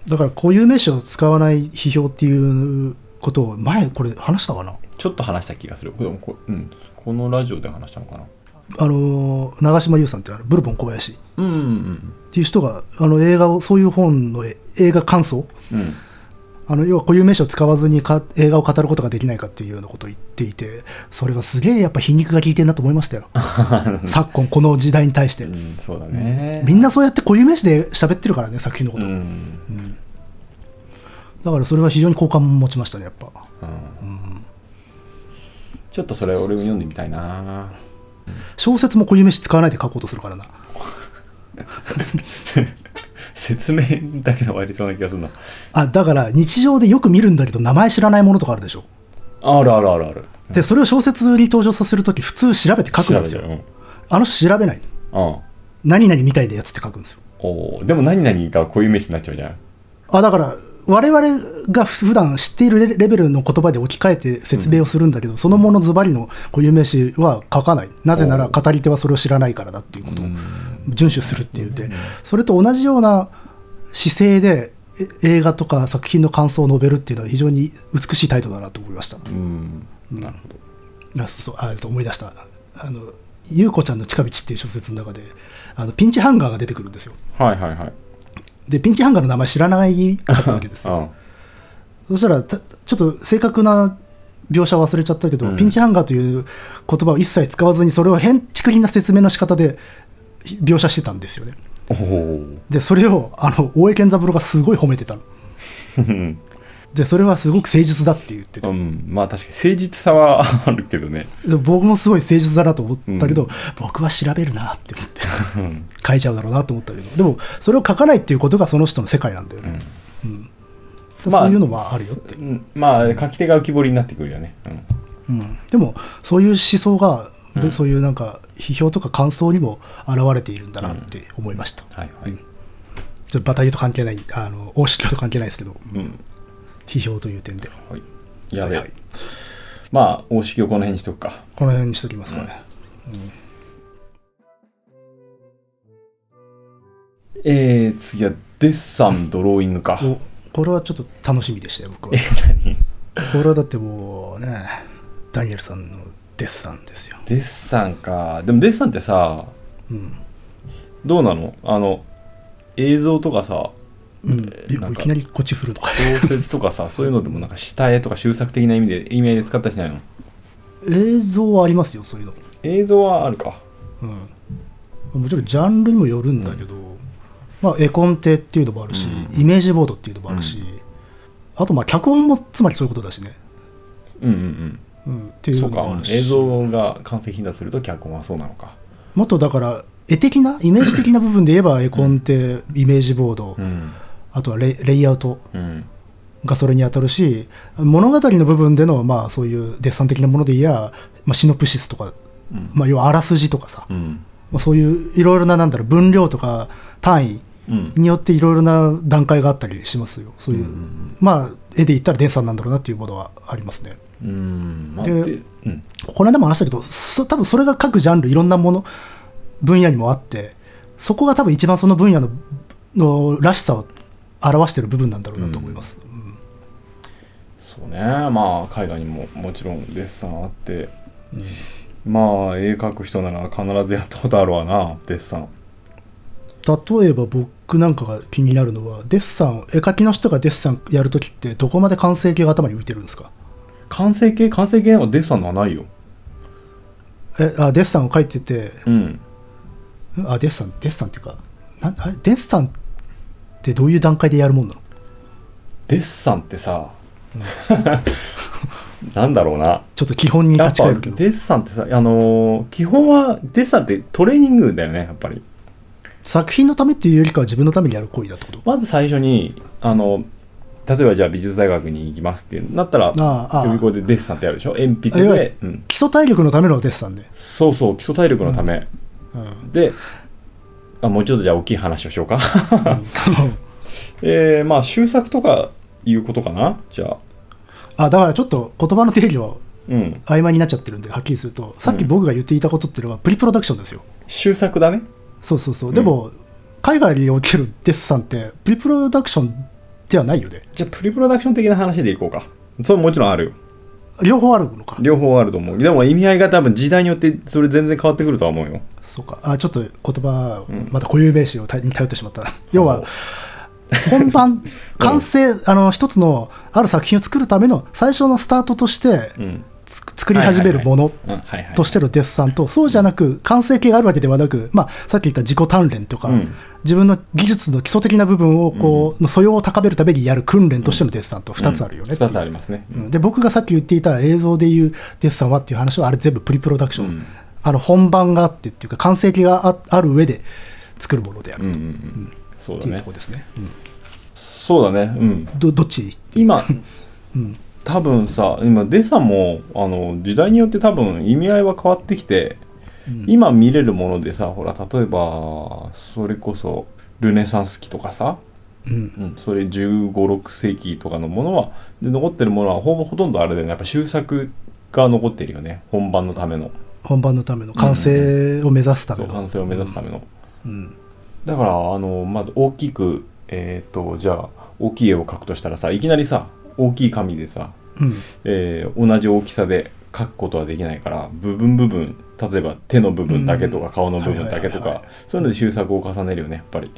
だから固有名詞を使わない批評っていうことを前これ話したかな
ちょっと話した気がするこれもこ,、うん、このラジオで話したのかな
あのー長島優さんってあのブルボン小林っ
うんうん
ていう人があの映画をそういう本のえ映画感想
うんうん
あの要は固有名詞を使わずにか映画を語ることができないかっていうようなことを言っていてそれがすげえやっぱ皮肉が効いてんなと思いま したよ昨今この時代に対して
うんそうだね
みんなそうやって固有名詞で喋ってるからね作品のこ
う
と、
ん
だからそれは非常に好感も持ちましたねやっぱ
ちょっとそれ俺も読んでみたいな
小説も固有名詞使わないで書こうとするからな
説明だけで終わりそうな気がするな
あだから日常でよく見るんだけど名前知らないものとかあるでしょ
あるあるあるある
でそれを小説に登場させるとき普通調べて書くんですよ
調べてる
あの人調べない
うんうん
何々みたいなやつって書くんですよ
おーでも何々がこういう名詞になっちゃうじゃん
あだから我々が普段知っているレレベルの言葉で置き換えて説明をするんだけど、そのものズバリの固有名詞は書かないなぜなら語り手はそれを知らないからだっていうことを遵守するって言って、それと同じような姿勢でえ映画とか作品の感想を述べるっていうのは非常に美しい態度だなと思いました、
うん
なるほどあそうそうあえっと思い出したあの「ゆうこちゃんの近道」っていう小説の中であのピンチハンガーが出てくるんですよ
はいはいはい
でピンチハンガーの名前知らないか ったわけですよ
あ
そしたらたちょっと正確な描写忘れちゃったけど、ピンチハンガーという言葉を一切使わずにそれを変竹林な説明の仕方で描写してたんですよね
おお
でそれをあの大江健三郎がすごい褒めてたのでそれはすごく誠実だって言ってた
うん、まあ確かに誠実さはあるけどね。
で僕もすごい誠実だなと思ったけど、
うん
僕は調べるなって思って
うん。
書いちゃうだろうなと思ったけどでもそれを書かないっていうことがその人の世界なんだよね、うん
まあ
そういうのはあるよって、
うんまあ書き手が浮き彫りになってくるよね。うん。
うん、でもそういう思想が、で
うん
そういうなんか批評とか感想にも現れているんだなって思いました、
はいはい。
ちょっとバタユと関係ないあの王室教と関係ないですけど
うん。
批評という点で
はい。やべえ。
はいはい
まあ、大式をこの辺にしとくか。
この辺にしときますかね、
えー、次はデッサン、ドローイングか。
おこれはちょっと楽しみでしたよ僕は
何
これはだってもうねダニエルさんのデッサンですよ、
デッサンか。でもデッサンってさ、
うん
どうなのあの、映像とかさ、
うん、いや
なんか
いきなりこっち振るのか
小説とか さ、そういうのでもなんか下絵とか修作的な意味で、意味合いで使ったりしないの
映像はありますよそういうの、
映像はあるか。
うん、もちろんジャンルにもよるんだけど、まあ、絵コンテっていうのもあるし、イメージボードっていうのもあるし、あとまあ脚本もつまりそういうことだしね、
うんうん
うん、って
うん。
いう
そ
の
う
もあ
か
る。し
映像が完成品だとすると脚本はそうなのか。
もっとだから絵的なイメージ的な部分で言えば絵コンテ、イメージボード、
うん。
あとはレイレイアウト
うん。
がそれに当たるし物語の部分でのまあそういうデッサン的なもので言えば、まあ、シノプシスとか、
うん
まあ、要はあらすじとかさ、
うん。
まあ、そういういろいろななんだろう分量とか単位
うん。
によっていろいろな段階があったりしますよそういう、
うんうんうん
まあ絵で言ったらデンさんなんだろうなっていうものはありますね
うん。まあ、
で
でうん。
この間も話したけどそ多分それが各ジャンルいろんなもの分野にもあってそこが多分一番その分野ののらしさを表してる部分なんだろうなと思います、うん
そうね。まあ、海外にももちろんデッサンあって、まあ、絵描く人なら必ずやったことあるわな、デッサン。
例えば僕なんかが気になるのはデッサン絵描きの人がデッサンやるときってどこまで完成形が頭に浮いてるんですか
完成形完成形はデッサンのはないよ。
えあデッサンを描いてて
うん。
あデッサンデッサンっていうかなんあれデッサンってどういう段階でやるもんなの
デッサンってさ、 なんだろうな。
ちょっと基本に
やっ
立ち
ぱ
返
デ
るけど
ッサンってさ、あのー基本はデッサンってトレーニングだよね、やっぱり。
作品のためっていうよりかは自分のためにやる行為だってこと
まず最初に、あの、例えばじゃあ美術大学に行きますってなったら、予
ああああ
備校でデッサンってやるでしょ鉛
い
筆
わゆ
でう
る、
ん。
基礎体力のためのデッサンで、
そうそう、基礎体力のため。で、あもうちょっとじゃあ大きい話をしようか。 えー、まあ、修作とかいうことかなじゃあ。
あだからちょっと言葉の定義は
うん。
曖昧になっちゃってるんではっきりするとさっき僕が言っていたことっていうのはプリプロダクションですよ
修作だね。
そうそうそうでも、海外におけるデッサンってプリプロダクションではないよね
じゃあ、プリプロダクション的な話でいこうか。それもちろんあるよ。
両方あるのか
両方あると思う。でも意味合いが多分時代によってそれ全然変わってくるとは思うよ。
そうかあちょっと言葉を
ん
また固有名詞をたに頼ってしま った要は本番完成、あの一つのある作品を作るための最初のスタートとして
うん。
つ作り始めるもの
うん、はいはい。
としてのデッサンとそうじゃなく完成形があるわけではなく、まあ、さっき言った自己鍛錬とか、
うん
自分の技術の基礎的な部分をこう、の素養を高めるためにやる訓練としてのデッサンと2つあるよねってい
二
う
つありますね。
うんで僕がさっき言っていた映像でいうデッサンはっていう話はあれ全部プリプロダクション、
うん
あの本番があってっていうか完成形があある上で作るものであ
うんう
る
んうん。そう
っ
だ
ていう
ね
とこ。ろですね、
そうだね。うん。
どどっち
今、多分さ、今、デサも、あの、時代によって多分意味合いは変わってきて、今見れるものでさ、ほら、例えば、それこそ、ルネサンス期とかさ、
うん
うん、それ1 5 6世紀とかのものはで残ってるものはほぼほとんどあれだよねやっぱ修作が残ってるよね本番のための
本番のための完成を目指すた
そ
め
う
の、
完成を目指すための、
うん
だからあのまず大きくえっ、とじゃあ大きい絵を描くとしたらさいきなりさ大きい紙でさ、
うん
えー同じ大きさで描くことはできないから部分部分例えば手の部分だけとか、
うん
顔の部分だけと
はいはいはい
か
は
そういうので修作を重ねるよねやっぱり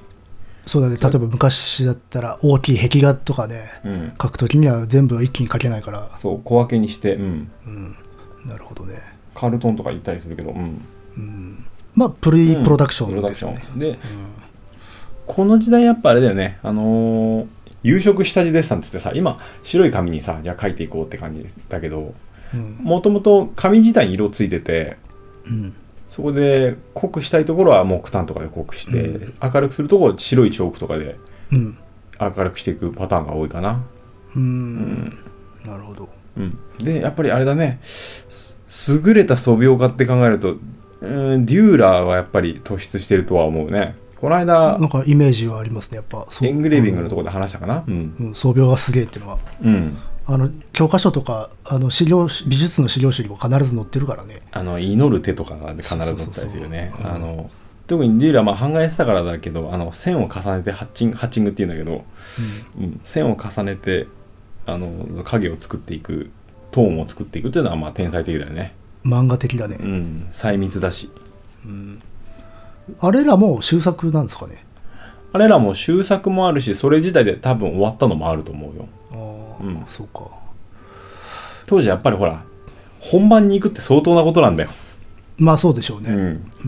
そうだね例えば昔だったら大きい壁画とかね
うん
描くときには全部は一気に描けないから、
そう小分けにしてうん
うん、なるほどね、
カルトンとか言ったりするけどうん
うん、まあプリプロダクションですよね、
プロダクションで、この時代やっぱあれだよね、あのー夕食下地デッサンって言ってさ、今、白い紙にさ、じゃあ書いていこうって感じだけど、
うん
もともと紙自体に色ついてて、
うん
そこで濃くしたいところは木炭とかで濃くして、
う
明るくするところは白いチョークとかで
うん
明るくしていくパターンが多いかな。
うんなるほど
うん、で、やっぱりあれだね、す優れた素描家って考えると、うーん、デューラーはやっぱり突出してるとは思うね。この間
な、んかイメージはありますねやっぱそう
エングレービングのところで話したかな。うん。
うん、装病がすげえっていうのは
うん。
あの教科書とかあの資料美術の資料集にも必ず載ってるからね
あの、祈る手とかが必ず載ったりするね
そう。そうそうそう
あの、特にデューラーはまあ版画やってたからだけど、あの、線を重ねてハッチング、ハッチングっていうんだけど、うん、線を重ねてあの影を作っていくトーンを作っていくというのはまあ天才的だよね、
うん、漫画的だね、
うん、細密だし
あれらも終作なんですかね
あれらも終作もあるしそれ自体で多分終わったのもあると思うよ
ああ、
うん
そうか
当時やっぱりほら本番に行くって相当なことなんだよ、
まあそうでしょうね、
う
うん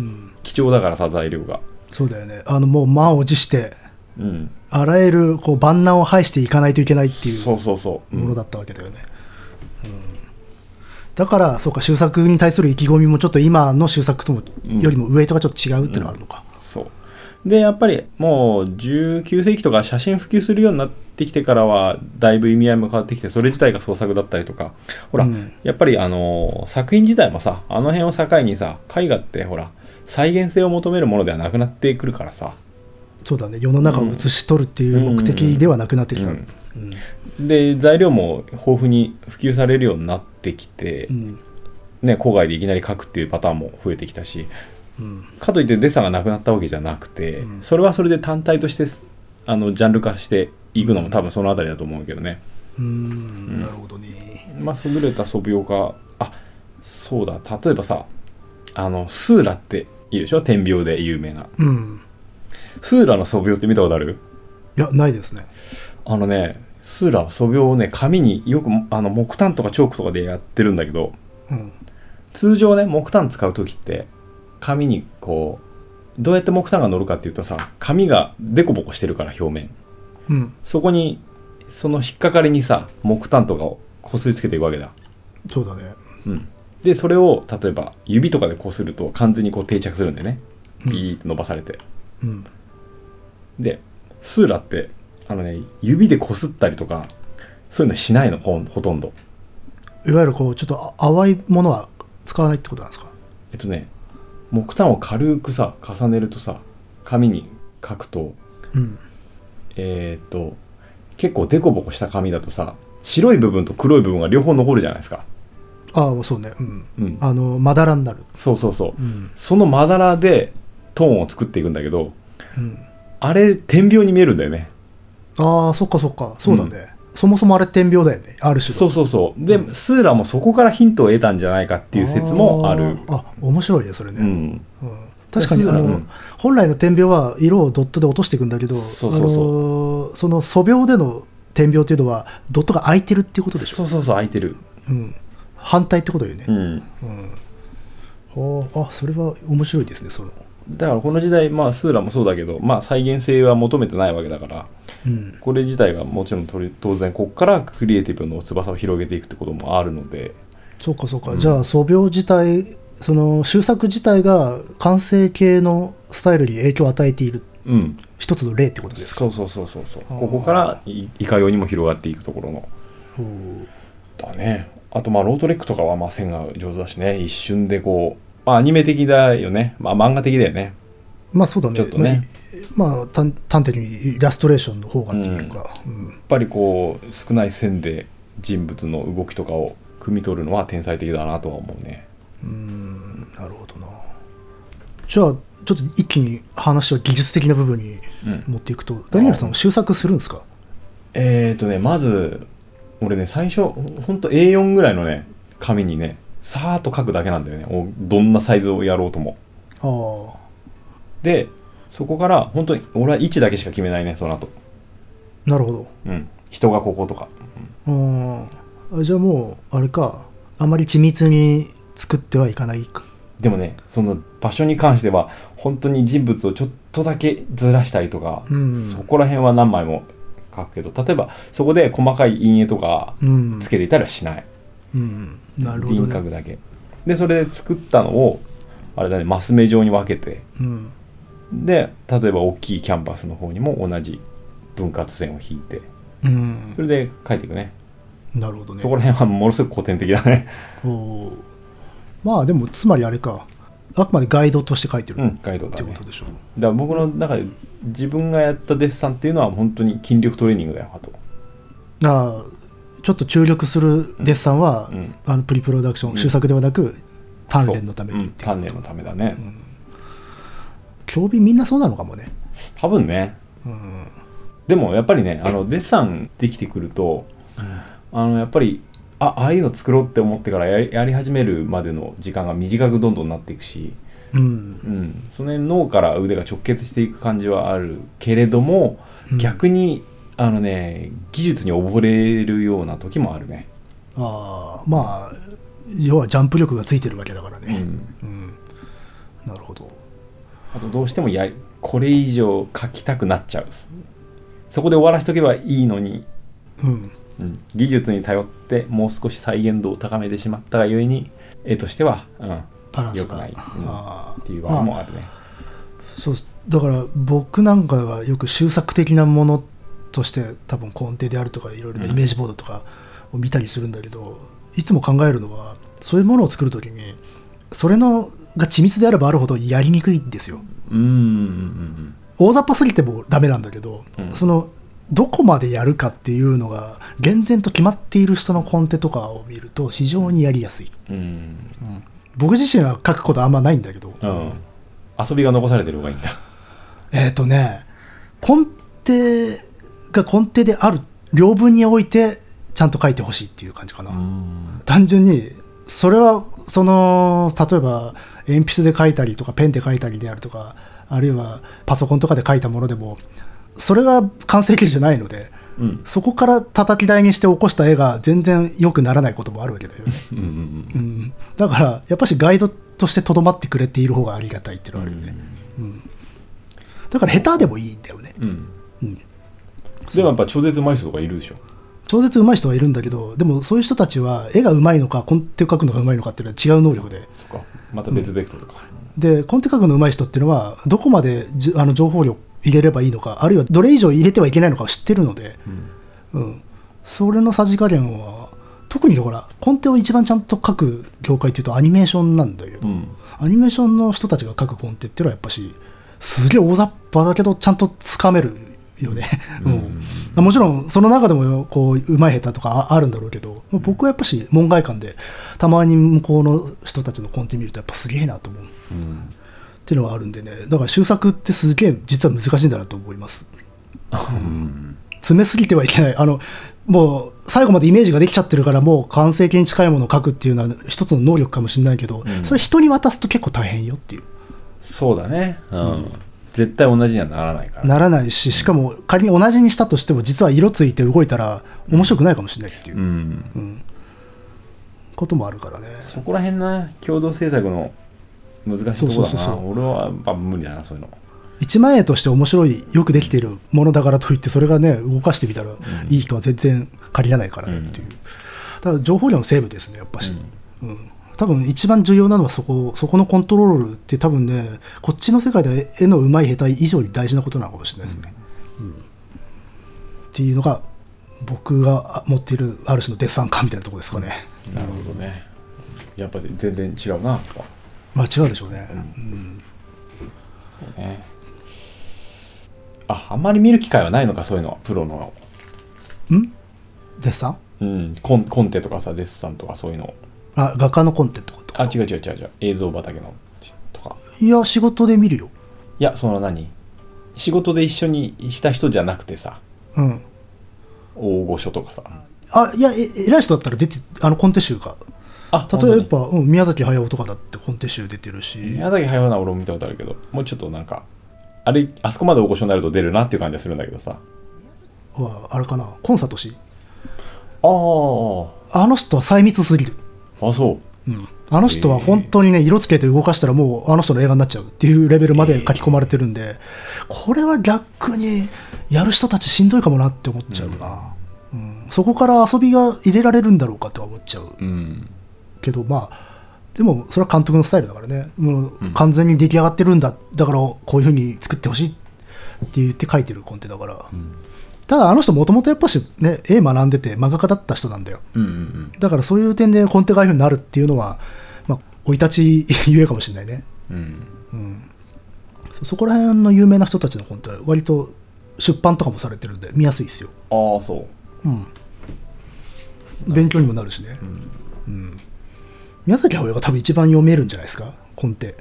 ん、貴重だからさ材料が
そうだよねあのもう満を持して
うん
あらゆるこう万難を排していかないといけないっていう
そうそうそう、う
もの
ん
だったわけだよね、うんだからそうか終作に対する意気込みもちょっと今の終作とも、
うん
よりも上とかちょっと違うっていうのがあるのか、
そうでやっぱりもう19世紀とか写真普及するようになってきてからはだいぶ意味合いも変わってきてそれ自体が創作だったりとかほら、
うん
やっぱりあのー作品自体もさあの辺を境にさ絵画ってほら再現性を求めるものではなくなってくるからさ
そうだね世の中を写し取るっていう目的ではなくなってきた、
う
うんん
で材料も豊富に普及されるようになってきて、
うん
ね、郊外でいきなり描くっていうパターンも増えてきたし
うん
かといってデッサンがなくなったわけじゃなくて、
うん
それはそれで単体としてあのジャンル化していくのも多分そのあたりだと思うけどね、
うんなるほどね
まあ優れた素描家あそうだ例えばさあのスーラっているでしょ天描で有名な
うん
スーラの素描って見たことある
いやないですね
あのねスーラは素描をね紙によくあの木炭とかチョークとかでやってるんだけど
うん
通常ね木炭使う時って紙にこうどうやって木炭が乗るかっていうとさ紙がデコボコしてるから表面
うん
そこにその引っかかりにさ木炭とかをこすりつけていくわけだ
そうだね
うん、でそれを例えば指とかでこうすると完全にこう定着するんでね
うん
ビーって伸ばされて、
うん
でスーラってあのね指でこすったりとかそういうのしないのほんほとんど
いわゆるこうちょっとあ淡いものは使わないってことなんですか
えっとね木炭を軽くさ重ねるとさ紙に書くと
うん
えーっと結構デコボコした紙だとさ白い部分と黒い部分が両方残るじゃないですか
ああそうねうん
うん
あのまだらになる
そうそうそう、
うん
そのまだらでトーンを作っていくんだけど
うん
あれ点描に見えるんだよね
ああそっかそっかそうだね、そもそもあれ点描だよねある種の
そうそうそうで、
うん
スーラもそこからヒントを得たんじゃないかっていう説もある
あーあ面白いねそれね、
うん
うん確かにあの、
うん
本来の点描は色をドットで落としていくんだけど
そうそうそう
あのーその素描での点描っていうのはドットが空いてるっていうことでしょ、
そうそうそう空いてる
うん、反対ってことよね
う、ん
ほうあそれは面白いですねその、
だからこの時代まあスーラもそうだけどまあ再現性は求めてないわけだから
うん、
これ自体がもちろんとり当然ここからクリエイティブの翼を広げていくってこともあるので
そうかそうか、じゃあ素描自体その修作自体が完成形のスタイルに影響を与えている
うん
一つの例ってことですか
そうそうそうそうそう
あー
ここからいいかようにも広がっていくところの
ほう
だねあとまあロートレックとかはまあ線が上手だしね一瞬でこうまあアニメ的だよねまあ漫画的だよね
まあそうだね
ちょっとね
まあいまあ端端的にイラストレーションの方がっていうか、うん
やっぱりこう少ない線で人物の動きとかを汲み取るのは天才的だなとは思うね
なるほどなじゃあちょっと一気に話を技術的な部分に
うん
持っていくと、ダニエルさん修作するんですか
えーとねまず俺ね最初ほんと A4 ぐらいのね紙にねさーっと書くだけなんだよねおどんなサイズをやろうとも
ああ
でそこから本当に俺は位置だけしか決めないねその後
なるほど
うん人がこことか
うんあじゃあもうあれかあまり緻密に作ってはいかないか
でもねその場所に関しては本当に人物をちょっとだけずらしたりとか、
うん
そこら辺は何枚も書くけど例えばそこで細かい陰影とか
うん
つけていたりはしない、
うんなるほど
輪
ね
郭だけでそれで作ったのをあれだねマス目状に分けて
うん
で例えば大きいキャンパスの方にも同じ分割線を引いて
うん
それで書いていくね
なるほどね
そこら辺はものすごく古典的だ ね
おーまあでもつまりあれかあくまでガイドとして書いてる
う
っ
んガイドだ
て
ね
こ
だ
と
か
でしょ、
ら僕の中で自分がやったデッサンっていうのは本当に筋力トレーニングだよあと
あーちょっと注力するデッサンは、
うんうん
あのプリプロダクション、
うん
修作ではなく鍛錬のためにっていう
そう
こ
うん
と
鍛錬のためだね、
競技みんなそうなのかもね
多分ね
うん
でもやっぱりねあのデッサンできてくるとあのやっぱりあああいうの作ろうって思ってからやりやり始めるまでの時間が短くどんどんなっていくし、
うん
うん、その辺脳から腕が直結していく感じはあるけれども、
うん
逆にあのね技術に溺れるような時もあるね、
ああまあ要はジャンプ力がついてるわけだから
う
ね、
ん、
うんなるほど
あとどうしてもやりこれ以上書きたくなっちゃうそこで終わらしとけばいいのに
うん
うん技術に頼ってもう少し再現度を高めてしまったがゆえに絵としては、うん、
バランス
良く
が
ないうん
あー
っていう場合もあるね。
そうだから僕なんかはよく修作的なものとして多分根底であるとかいろいろな
うん
イメージボードとかを見たりするんだけど、いつも考えるのはそういうものを作るときにそれのが緻密であればあるほどやりにくいんですよ
うんうん
大雑把すぎてもダメなんだけど、
うん
そのどこまでやるかっていうのが厳然と決まっている人のコンテとかを見ると非常にやりやすい、
うんうん
うん僕自身は書くことあんまないんだけど、
うんうん遊びが残されてる方がいいんだ。
えっ、とね、根底が根底である、両文において、ちゃんと書いてほしいっていう感じかな。
うん
単純に、それは、その、例えば、鉛筆で書いたりとか、ペンで書いたりであるとか、あるいはパソコンとかで書いたものでも、それが完成形じゃないので、
うん
そこから叩き台にして起こした絵が全然良くならないこともあるわけだよね。
うんうん
うん、だから、やっぱしガイドとしてとどまってくれている方がありがたいっていうのはあるよね。だから下手でもいいんだよね。
うん
うん、
でもやっぱ超絶うまい人とかいるでしょ。
超絶上手い人はいるんだけど、でもそういう人たちは絵が上手いのか、コンテを描くのが上手いのかっていうのは違う能力で。
そっか。また別ベクトルか。
で、コンテ描くの上手い人っていうのは、どこまでじあの情報量入れればいいのか、あるいはどれ以上入れてはいけないのかを知ってるので、うん。それのさじ加減は、特にほら、コンテを一番ちゃんと描く業界っていうとアニメーションなんだけど、
うん
アニメーションの人たちが書くコンテっていうのはやっぱしすげえ大雑把だけどちゃんとつかめるよね、うんもちろんその中でもこううまい下手とかああるんだろうけど僕はやっぱし門外観でたまに向こうの人たちのコンテ見るとやっぱすげえなと思うっ
うん
ていうのはあるんでねだから修作ってすげえ実は難しいんだなと思います詰めすぎてはいけないあのもう最後までイメージができちゃってるからもう完成形に近いものを書くっていうのは一つの能力かもしれないけど、
うん
それ人に渡すと結構大変よっていう
そうだね。うん絶対同じにはならないから。
ならないし、しかも仮に同じにしたとしても、実は色ついて動いたら面白くないかもしれないっていううんこともあるからね。
そこら辺な共同制作の難しいとこ
そう
だ
そうそうそ
な。
う
俺はやっぱ無理だなそういうの。
一万円として面白い、よくできているものだからといって、それがね、動かしてみたらいいとは全然限らないからねっていう。ただ、情報量のセーブですね、やっぱし。うん多分一番重要なのはそこ、そこのコントロールって多分ね、こっちの世界で絵の上手い下手以上に大事なことなのかもしれないですね。うんっていうのが、僕が持っているある種のデッサン感みたいなところですかね。
なるほどね。やっぱり全然違うな。やっぱ
まあ違うでしょうね。
ねああんまり見る機会はないのかそういうのはプロの、
うん。んデッサン
うん、コンコンテとかさデッサンとかそういうの
あ、画家のコンテンツってこと
あ違う違う違う違う映像畑のとか
いや、仕事で見るよ。
いやその何仕事で一緒にした人じゃなくてさ
うん。
大御所とかさ
あ、いや、え偉い人だったら出て、あの、コンテ集が。
あ
例
本
え
当に
ば、うん、宮崎駿とかだってコンテ集出てるし。
宮崎駿な俺も見たことあるけどもうちょっとなんかあれあそこまで大御所になると出るなっていう感じがするんだけどさ
は、あれかな、コンサートし。
あー
あの人は細密すぎる。
あそう
うん。あの人は本当にね、色つけて動かしたらもうあの人の映画になっちゃうっていうレベルまで書き込まれてるんで、これは逆にやる人たちしんどいかもなって思っちゃうな。うんそこから遊びが入れられるんだろうかとは思っちゃう
うん。
けど、まあ、でもそれは監督のスタイルだからね、もう完全に出来上がってるんだ、だからこういうふうに作ってほしいって言って書いてるコンテだから、ただあの人、もともとやっぱし、ね、絵学んでて、漫画家だった人なんだよ。
うんうん
だからそういう点でコンテがああいうふうになるっていうのは、まあ、生い立ちゆえかもしれないね。
うん。うん。
そそこら辺の有名な人たちのコンテは割と出版とかもされてるんで見やすいですよ。
ああ、そう。
うん。勉強にもなるしね。うん。宮崎駿が多分一番読めるんじゃないですか、コンテ。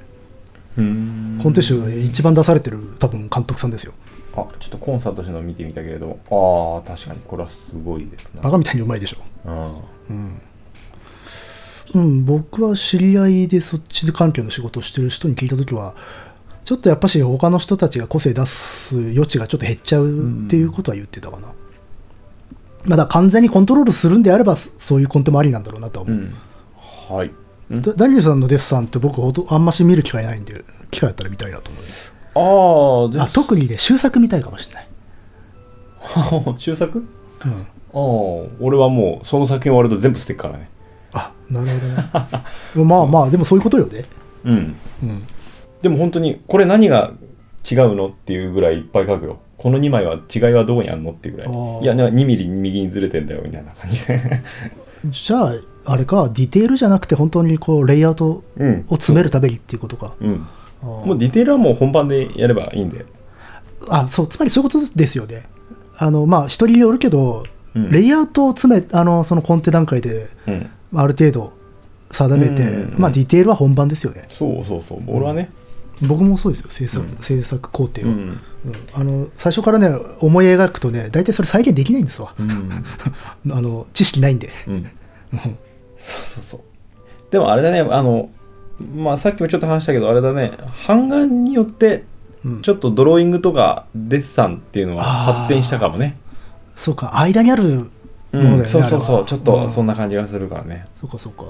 うん。
コンテ集が一番出されてる多分監督さんですよ。
あ、ちょっとコンサートしての見てみたけれど、ああ、確かにこれはすごいですね。
バカみたいにうまいでしょ。
うん。
うん、僕は知り合いでそっちで環境の仕事をしてる人に聞いたときは、ちょっとやっぱし他の人たちが個性出す余地がちょっと減っちゃうっていうことは言ってたかな。まあだから完全にコントロールするんであれば、そそういうコンテもありなんだろうなとは
う
思う。
ん。はい。ん
だダニエルさんのデッサンって僕ほどあんまし見る機会ないんで、機会あったら見たいなと思う。
ああ、で
あ特にね、終作見たいかもしれない。
終作
うん。
ああ、俺はもう、その作品終わると全部捨てっからね。
あ、なる ほどね。まあまあ、でもそういうことよね。
うん。
うん。
でも本当に、これ何が違うのっていうぐらいいっぱい書くよ。この2枚は違いはどこにあんのっていうぐら
あ
い。
ー
いや、2ミリ右にずれてんだよ、みたいな感じで。
じゃあ、あれか、ディテールじゃなくて本当にこう、レイアウト
うん
を。詰めるためにっていうことか。
うん。
あー
もうディテールはもう本番でやればいいんで。
あそうつまりそういうことですよね。あのまあ、人によるけど、
うん
レイアウトを詰めあのそのコンテ段階で
うん。
ある程度定めて、
うんうんうん
まあ、ディテールは本番ですよね。
そうそうそう。俺はね。
僕もそうですよ、制作,、制作工程
う
は、
ん。
うんあの。最初からね、思い描くとね、大体それ再現できないんですわ、
うん。
あの知識ないんで。
うん。
うん
そうそうそう。でもあれだね、あの、まあさっきもちょっと話したけど、あれだね、版画によって、
うん
ちょっとドローイングとかデッサンっていうのは発展したかもね。
そうか、間にあるものだよね。
うん、そうそう
あれ
そう、
は
ちょっと
ん
そんな感じがするからね。
そうか、そうか。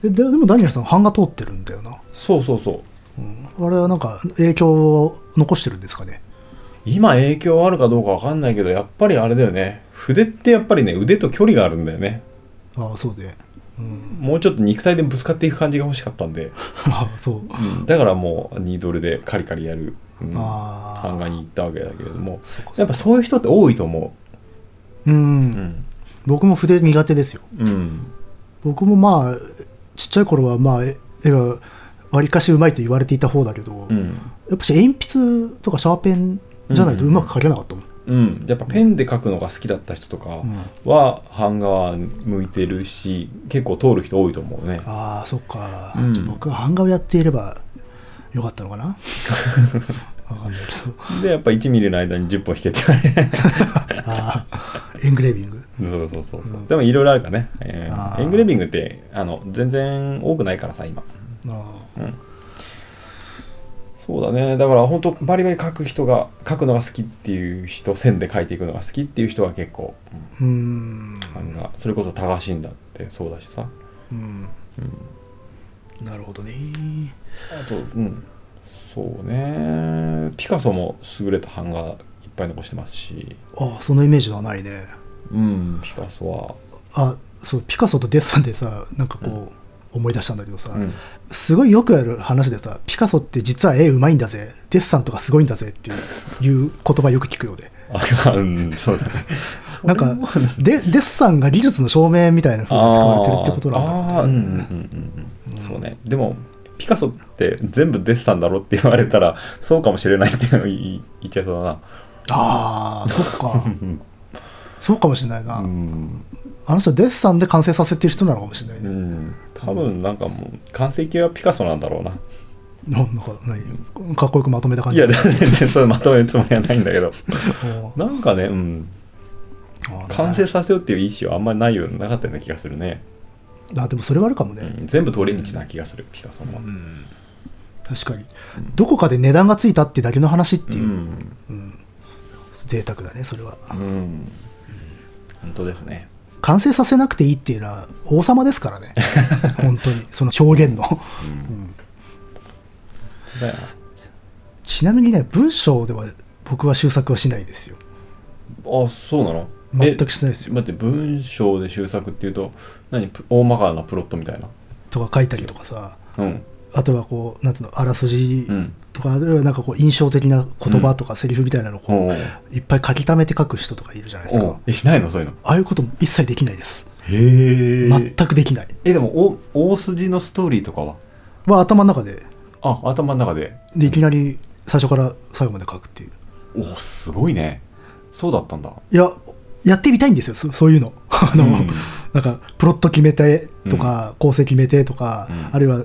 でででも、ダニエルさん、版画通ってるんだよな。
そうそうそう。
うん、あれはなんか、影響を残してるんですかね。
今影響あるかどうかわかんないけど、やっぱりあれだよね。筆ってやっぱりね、腕と距離があるんだよね。
ああ、そうで。うん、
もうちょっと肉体でぶつかっていく感じが欲しかったんで。
ああそう。
うんだからもうニードルでカリカリやる、うん、
あー
版画に行ったわけだけれども
そうかそうか
やっぱそういう人って多いと思
う。
ううんん、
僕も筆苦手ですよ。
うん、
僕もまあ、ちっちゃい頃はまあ、絵絵がわりかしうまいと言われていた方だけど、
う
や
ん、
っぱし鉛筆とかシャーペンじゃないとうまく描けなかったもん。
うん、やっぱペンで書くのが好きだった人とかは版画は向いてるし結構通る人多いと思うね
ああ、そっか。
うん
じゃあ僕は版画をやっていればよかった のかな。わかんないけど。
でやっぱ1ミリの間に10本引けてたね
ああ、エングレービング。
そうそうそうそう、でもいろいろあるからね、えー
あー
エングレービングってあの全然多くないからさ今
ああ
そうだねだから本当バリバリ書く人が書くのが好きっていう人線で書いていくのが好きっていう人は結構、うん
うーん。
漫画それこそ「タガシンだ」ってそうだしさ
うん。なるほどね。
あとうんそうねピカソも優れた版画いっぱい残してますし
ああ、そのイメージはないね。
うんピカソは
あそうピカソとデッサンでさなんかこう、思い出したんだけどさ、
うん
すごいよくやる話でさピカソって実は絵うまいんだぜデッサンとかすごいんだぜっていういう言葉よく聞くようで
あうんそうだ ね
なんかでデッサンが技術の証明みたいな風に使われてるってことなんだろうね
あーあーうんうんうんうんそうねでもピカソって全部デッサンだろって言われたらそうかもしれないって言い言っちゃいそうだ
あーそっかそうかもしれないな、
なうん
あの人デッサンで完成させてる人なのかもしれないね、
うん多分なんかもう完成形はピカソなんだろうな
なんか何かっこよくまとめた感
い
じ
や全然それまとめるつもりはないんだけど
おー
なんかね、うん、
あー
完成させようっていう意思はあんまりないようなかったような気がするね、
あでもそれはあるかも
う
ね、
ん、全部通り道な気がする、ピカソも、
確かにどこかで値段がついたってだけの話っていう、
うん
贅沢だねそれは
うん本当ですね
完成させなくていいっていうのは王様ですか らね本当にその表現の
だよ
ちなみにね文章では僕は修作はしないですよ
あそうなの
全くしないですよ
え待って文章で修作っていうと何プ大まかなプロットみたいな
とか書いたりとかさ
うん
あとはこうなんていうのあらすじ
うん
とか、あるいはなんかこう印象的な言葉とかセリフみたいなのをこう、
おう
いっぱい書き溜めて書く人とかいるじゃないです
お
か
うえしないのそういうの
ああいうことも一切できないです
へ
全くできない
えでもお大筋のストーリーとかは
は頭の中で
あ頭の中で
でいきなり最初から最後まで書くっていう
おすごいねそうだったんだ
いややってみたいんですよそそういうの あの、
うん
なんかプロット決めてとか、構成決めてとか、
うん
あるいは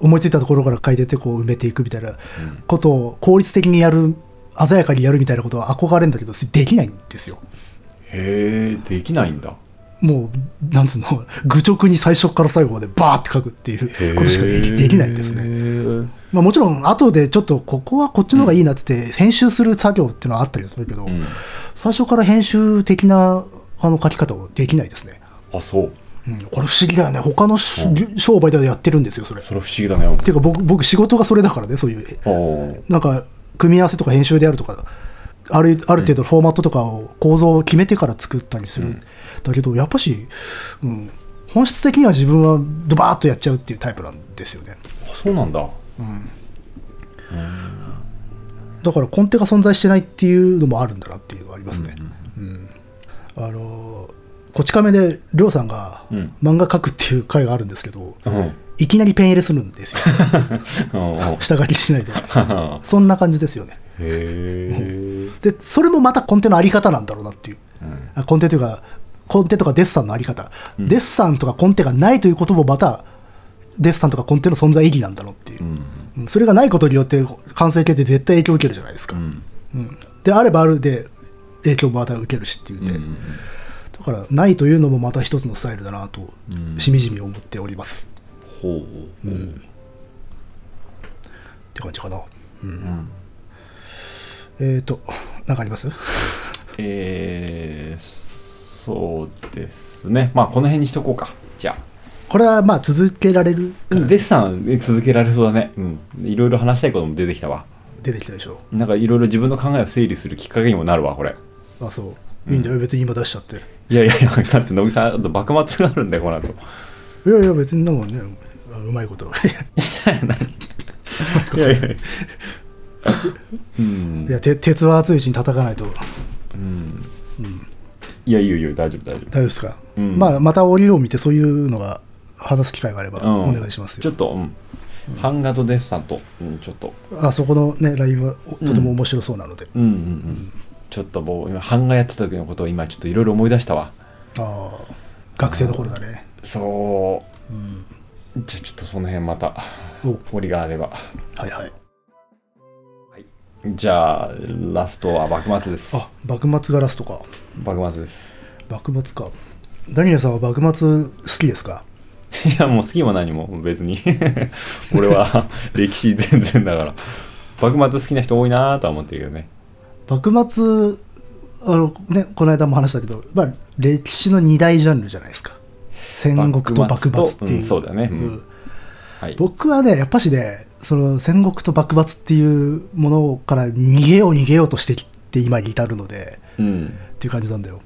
思いついたところから書いてってこう埋めていくみたいな
うん
ことを効率的にやる鮮やかにやるみたいなことは憧れるんだけどできないんですよ
へえできないんだ
もうなんつうの愚直に最初から最後までバーって書くっていうことしかできできないですね、
ね
まあ、もちろん後でちょっとここはこっちの方がいいなってって編集する作業っていうのはあったりはするけど、
うん
最初から編集的なあの書き方をできないですね、
あそう
うん、これ不思議だよね他のし、
う
商売ではやってるんですよそれっ
それ不思議だね
ていうか僕僕仕事がそれだからねそういう
おお
なんか組み合わせとか編集であるとかあるある程度フォーマットとかを構造を決めてから作ったりする、
うん
だけどやっぱし、うん、本質的には自分はドバーッとやっちゃうっていうタイプなんですよね
あそうなんだ
だから根底が存在してないっていうのもあるんだなっていうのはありますね、うんあのこち亀でりょうさんが
うん
漫画描くっていう回があるんですけど
うんうん
いきなりペン入れするんですよ
うん
下書きしないで
へ
そんな感じですよね
え
でそれもまた根底のあり方なんだろうなっていう
うん
あ根底というか根底とかデッサンのあり方、デッサンとか根底がないということもまたデッサンとか根底の存在意義なんだろうっていうう、
ん
うんそれがないことによって完成形って絶対影響を受けるじゃないですか、
うん
うんであればあるで影響もまた受けるしっていうんで、だからないというのもまた一つのスタイルだなと
うん
しみじみ思っております、
ほう
って感じかな
うん
えっ、ー、と何かあります
えーそうですねまあこの辺にしとこうかじゃあ
これはまあ続けられる
うんデッサンえ続けられそうだねうんいろいろ話したいことも出てきたわ
出てきたでしょ
なんかいろいろ自分の考えを整理するきっかけにもなるわこれ
あそういいんだよ別に今出しちゃって
いやいやいやだって乃木さんあと幕末があるんだよこ の後
いやいや別になんかねうまいこと
いやいやいやうん
いやて鉄は熱いうちに叩かないと
うんいやいいよいいよ大丈夫大丈
大丈夫ですか、
うん
まあまた折を見てそういうのが話す機会があれば
夫、うん、
お願いします
ちょ
よ
っ、と、うん、版画とデッサンと、うん、ちょっと
あそこのねライブはとても面白そうなので、
うんうんうんちょっともう今版画やってた時のことを今ちょっといろいろ思い出したわ
ああ学生の頃だね
そう、じゃあちょっとその辺また
お
折があれば
はいはい
じゃあラストは幕末です
あ幕末ガラスとか
幕末です
幕末かダニエルさんは幕末好きですか
いやもう好きも何も別に 俺は歴史全然だから幕末好きな人多いなとは思ってるけどね
幕末あのねこの間も話したけど、まあ、歴史の二大ジャンルじゃないですか戦国と幕末って
幕末と
いう、
うんそうだよねうん
うん
はい
僕はねやっぱしねその戦国と幕末っていうものから逃げよう逃げようとしてきて今に至るので
うん
っていう感じなんだよ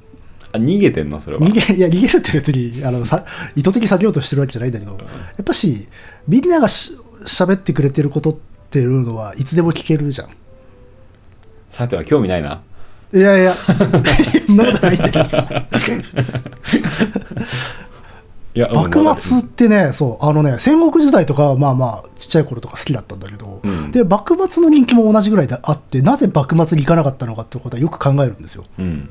あ逃げてんのそれは
逃げいや逃げるって別にあのさ意図的に避けようとしてるわけじゃないんだけどやっぱしみんながし喋ってくれてることっていうのはいつでも聞けるじゃん
さては興味ないない
やい やそんなことないんだけどさ
いや
幕末っ
うん
てねそうあのね戦国時代とかはまあまあちっちゃい頃とか好きだったんだけど、
うん
で幕末の人気も同じぐらいであってなぜ幕末に行かなかったのかってことはよく考えるんですよ
うん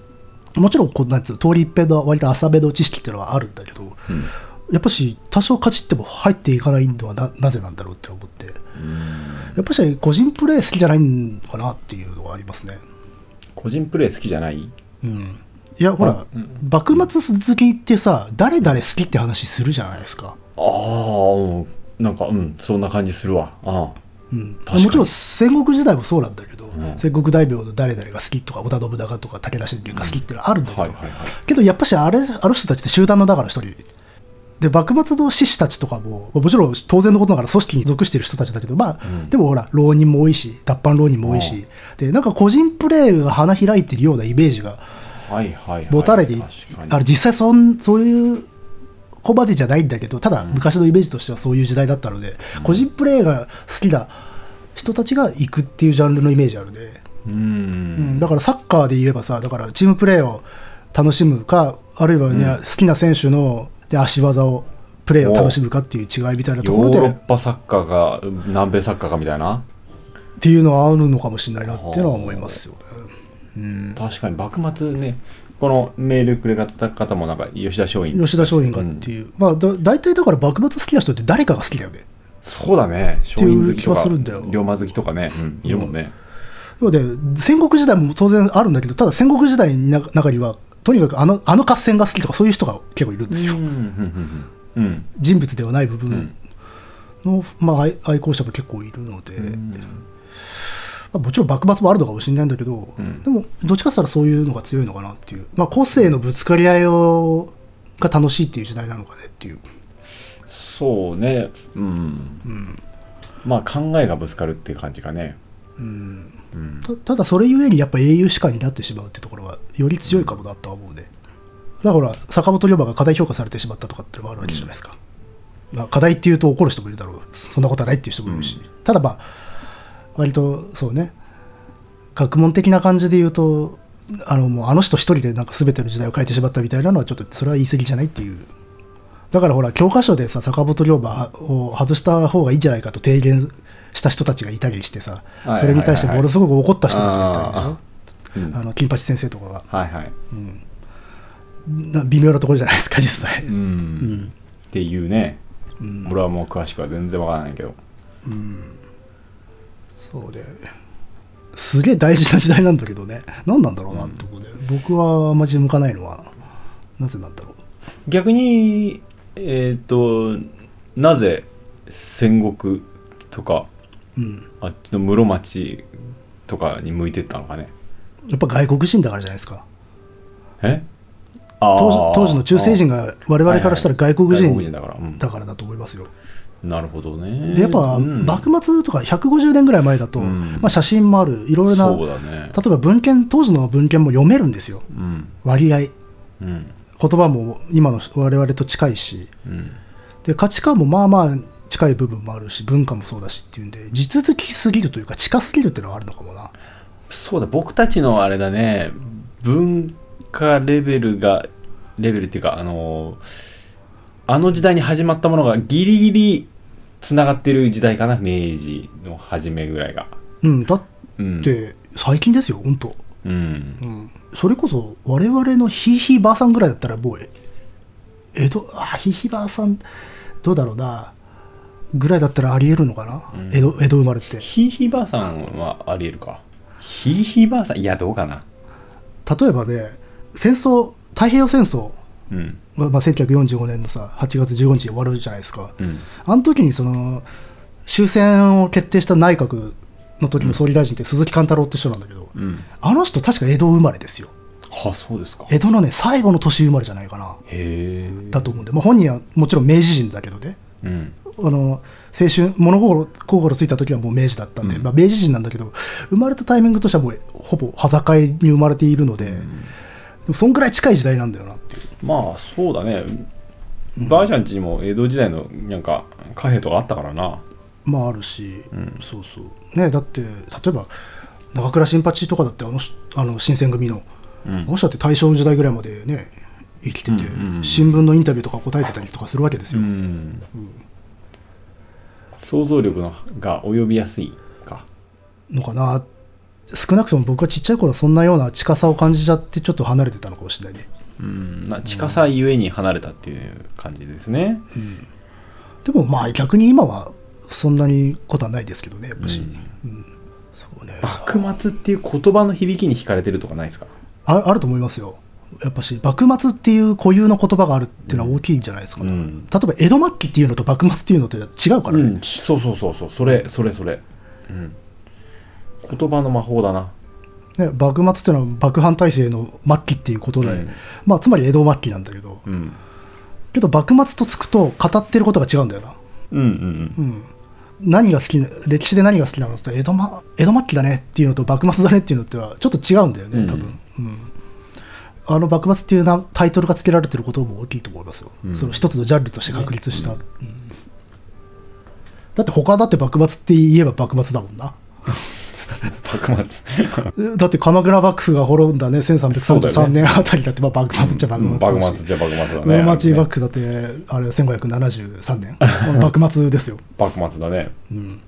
もちろんこうなんていうの通り一遍の割と浅めの知識っていうのはあるんだけど、
うん
やっぱし多少かじっても入っていかないのはななぜなんだろうって思ってや
うん
っぱし個人プレー好きじゃないのかなっていうのがありますね
個人プレー好きじゃない
うんいやほら、
うん
幕末好きってさ誰々好きって話するじゃないですか、
ああうんなんかうんそんな感じするわああ
うん、
確かに
もちろん戦国時代もそうなんだけど、戦国大名の誰々が好きとか織田信長とか武田信玄が好きっていうのはあるんだけど、
はいはいはい
けどやっぱしあれあの人たちって集団のだから一人で幕末の志士たちとかももちろん当然のことながら組織に属している人たちだけどまあ、でもほら浪人も多いし脱藩浪人も多いし、でなんか個人プレーが花開いてるようなイメージが
はいはいはい
持たれてい、
確
あ
か
れ
に
実際そんそういうこまでじゃないんだけどただ昔のイメージとしてはそういう時代だったので、個人プレーが好きな人たちが行くっていうジャンルのイメージあるね、
う
うんんだからサッカーで言えばさだからチームプレーを楽しむかあるいはね、好きな選手ので足技をプレーを楽しむかっていう違いみたいなとこ
ヨ
ろ
ー
で
ロ
っ
ッパサッカーか南米サッカーかみたいな
ていうのはあるのかもしれないなっていうのは思いますよね。
確かに幕末ねこのメールくれた方もなんか吉田松陰
吉田松陰がっていう、まあだ大体だから幕末好きな人って誰かが好きだよね。
そうだね松陰好きと
っていう気が
か
するんだよ
龍馬好きとかね、うんいるもんね、
そうで戦国時代も当然あるんだけどただ戦国時代の中中にはとにかくあのあの合戦が好きとかそういう人が結構いるんですよ、
うんうんうんうん
人物ではない部分の、まあ、愛愛好者も結構いるので、まあ、もちろん幕末もあるのかもしれないんだけど、でもどっちかって言ったらそういうのが強いのかなっていう、まあ、個性のぶつかり合いをが楽しいっていう時代なのかねっていう
そうねうん、まあ考えがぶつかるっていう感じかね
たただそれゆえにやっぱ英雄志観になってしまうってところはより強いかもなとは思うね、だから坂本龍馬が過大評価されてしまったとかってのもあるわけじゃないですか、まあ、過大っていうと怒る人もいるだろうそんなことはないっていう人もいるし、ただまあ割とそうね学問的な感じで言うとあのもうあの人一人でなんか全ての時代を変えてしまったみたいなのはちょっとそれは言い過ぎじゃないっていうだからほら教科書でさ坂本龍馬を外した方がいいんじゃないかと提言した人たちがいたりしてさ
いはいはいはい
それに対してものすごく怒った人たちがいたでしょ
あうん
あの金八先生とかが
はいはい
な微妙なところじゃないですか実際、
うん、っていうね、俺はもう詳しくは全然わからないけど
そうですげえ大事な時代なんだけどね何なんだろうなってことで、僕はあんまり向かないのはなぜなんだろう
逆にえっ、となぜ戦国とか
うん、
あっちの室町とかに向いてったのかね
やっぱ外国人だからじゃないですか
えあー
当時当時の中世人が我々からしたら外国
はい
人
はい外国人だからうん
だからだと思いますよ、
なるほどね
でやっぱ
うん
幕末とか150年ぐらい前だと、
ん
まあ、写真もあるいろいろな、
そうだね
例えば文献当時の文献も読めるんですよ
うん
割合言
うん
葉も今の我々と近いし
うん
で価値観もまあまあ近い部分もあるし文化もそうだしっていうんで地続きすぎるというか近すぎるっていうのはあるのかもな
そうだ僕たちのあれだね文化レベルがレベルっていうかあのあの時代に始まったものがギリギリつながってる時代かな明治の初めぐらいが
うんだっ
うん
て最近ですよ本当
うん
うんそれこそ我々のひいひいばあさんぐらいだったらもうえ江戸あひいひいばあさんどうだろうなぐらいだったらありえるのかな、江戸江戸生まれって
ひいひいばあさんはありえるかひいひいばあさんいやどうかな
例えばね戦争太平洋戦争
うん
が、まあ、1945年のさ8月15日に終わるじゃないですか、
うん
あの時にその終戦を決定した内閣の時の総理大臣って鈴木貫太郎って人なんだけど、
うん
あの人確か江戸生まれですよ
はそうですかへ
江戸のね最後の年生まれじゃないかな
え
だと思うんで、まあ、本人はもちろん明治人だけどね
うん
あの青春物心心ついた時はもう明治だったんで、まあ、明治人なんだけど生まれたタイミングとしてはもうほぼ裸に生まれているので、でもそんぐらい近い時代なんだよなっていう
まあそうだねばあちゃんちにも江戸時代のなんか貨幣とかあったからな
まああるし、そうそうねだって例えば長倉新八とかだってあのしあの新選組の、あの人だって大正時代ぐらいまでね生きてて、新聞のインタビューとか答えてたりとかするわけですよ、
うん想像力のが及びやすいか
のかな少なくとも僕はちっちゃい頃はそんなような近さを感じちゃってちょっと離れてたのかもしれないね
うんな近さゆえに離れたっていう感じですね、
でもまあ逆に今はそんなにことはないですけどねやっぱし、うんそうね
幕末っていう言葉の響きに惹かれてるとかないですか
ああると思いますよやっぱし幕末っていう固有の言葉があるっていうのは大きいんじゃないですかね、
うん
例えば江戸末期っていうのと幕末っていうのって違うから
う
ね、
んそうそうそうそうそれそれそれ、うん、言葉の魔法だな。
ね、幕末っていうのは幕藩体制の末期っていうことで、
うん
まあつまり江戸末期なんだけど
うん。
けど幕末とつくと語ってることが違うんだよな、
うんうん
うん、何が好きな歴史で何が好きなのって江戸,、ま、江戸末期だねっていうのと幕末だねっていうのってはちょっと違うんだよね多分、うんあの幕末っていうなタイトルが付けられてることも大きいと思いますよ、
うん
その一つのジャンルとして確立した、うんだって他だって幕末って言えば幕末だもんな
うん。幕末。
えだって鎌倉幕府が滅んだね
そうだ
1333
よね
年あたりだってまあ幕末っちゃ幕末だし、
幕末じゃ幕末だね。
室町幕府だってあれ1573年 幕末ですよ、
幕末だね。
うん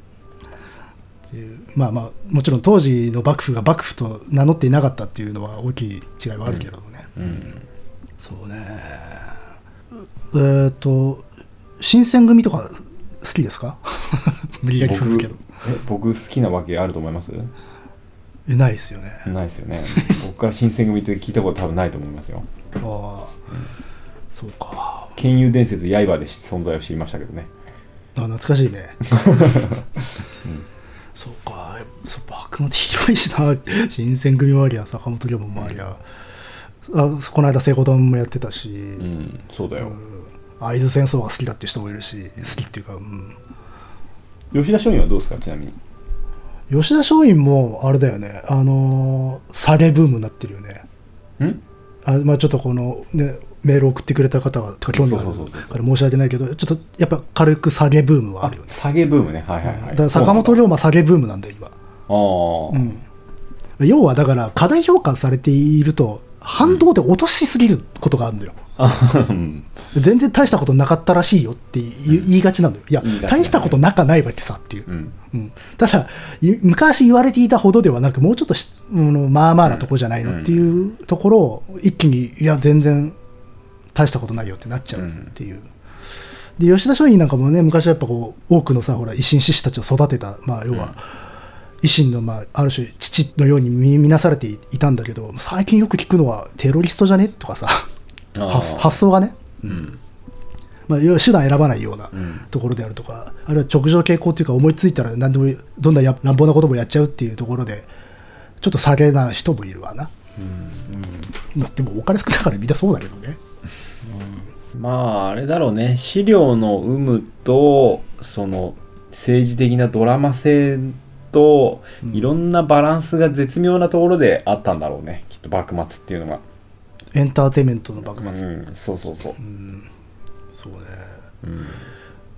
っていうまあまあもちろん当時の幕府が幕府と名乗っていなかったっていうのは大きい違いはあるけれどもね、
うん。
そうねえっ、と新選組とか好きで すか無理やり振る
僕
け
え
ど
僕好きなわけあると思います
えないですよね
ないですよね。僕から新選組って聞いたこと多分ないと思いますよ。
ああそうか
剣友伝説刃で存在を知りましたけどね。
あ懐かしいね、 そうかそう幕末広いしな新選組もありゃ坂本龍馬もありゃ、あこの間聖子丼もやってたし、
うん。そうだよ。
会津戦争が好きだっていう人もいるし、好きっていうか、うん、
吉田松陰はどうですかちなみに。
吉田松陰もあれだよねあのーサレブームになってるよね
うん
あまあちょっとこのねメール送ってくれた方がとか興味がある
そうそうそうそう
から申し訳ないけどちょっとやっぱ軽く下げブームはあ
あ
るよね
下げブームね。はいはい
だ
は
か
い。
ら坂本龍馬下げブームなんだよ今
馬。ああ。
要はだから過大評価されていると反動で落としすぎることがあるんだよ、
うん
全然大したことなかったらしいよって言い,、言いがちなんだよいや
言いがちだね
大したことなかないわけさっていう、
う
うん
ん
ただい昔言われていたほどではなくもうちょっとしあのまあまあなとこじゃないのっていうところを一気にいや全然大したことないよってなっちゃうっていう、で吉田松陰なんかもね昔はやっぱこう多くのさほら維新志士たちを育てたまあ要は、維新の、まあ、ある種父のように見見なされていたんだけど最近よく聞くのはテロリストじゃねとかさ
あー
発発想がね、
うん
まあ、要は手段選ばないようなんところであるとか、あるいは直情傾向というか思いついたら何でもどんなや乱暴なこともやっちゃうっていうところでちょっと下げな人もいるわな、うんまあ、でもお金少ないからみんなそうだけどね
まああれだろうね資料の有無とその政治的なドラマ性と
うん
いろんなバランスが絶妙なところであったんだろうねきっと幕末っていうのが、
エンターテインメントの幕
う
末、
ん、そうそうそう、
そうね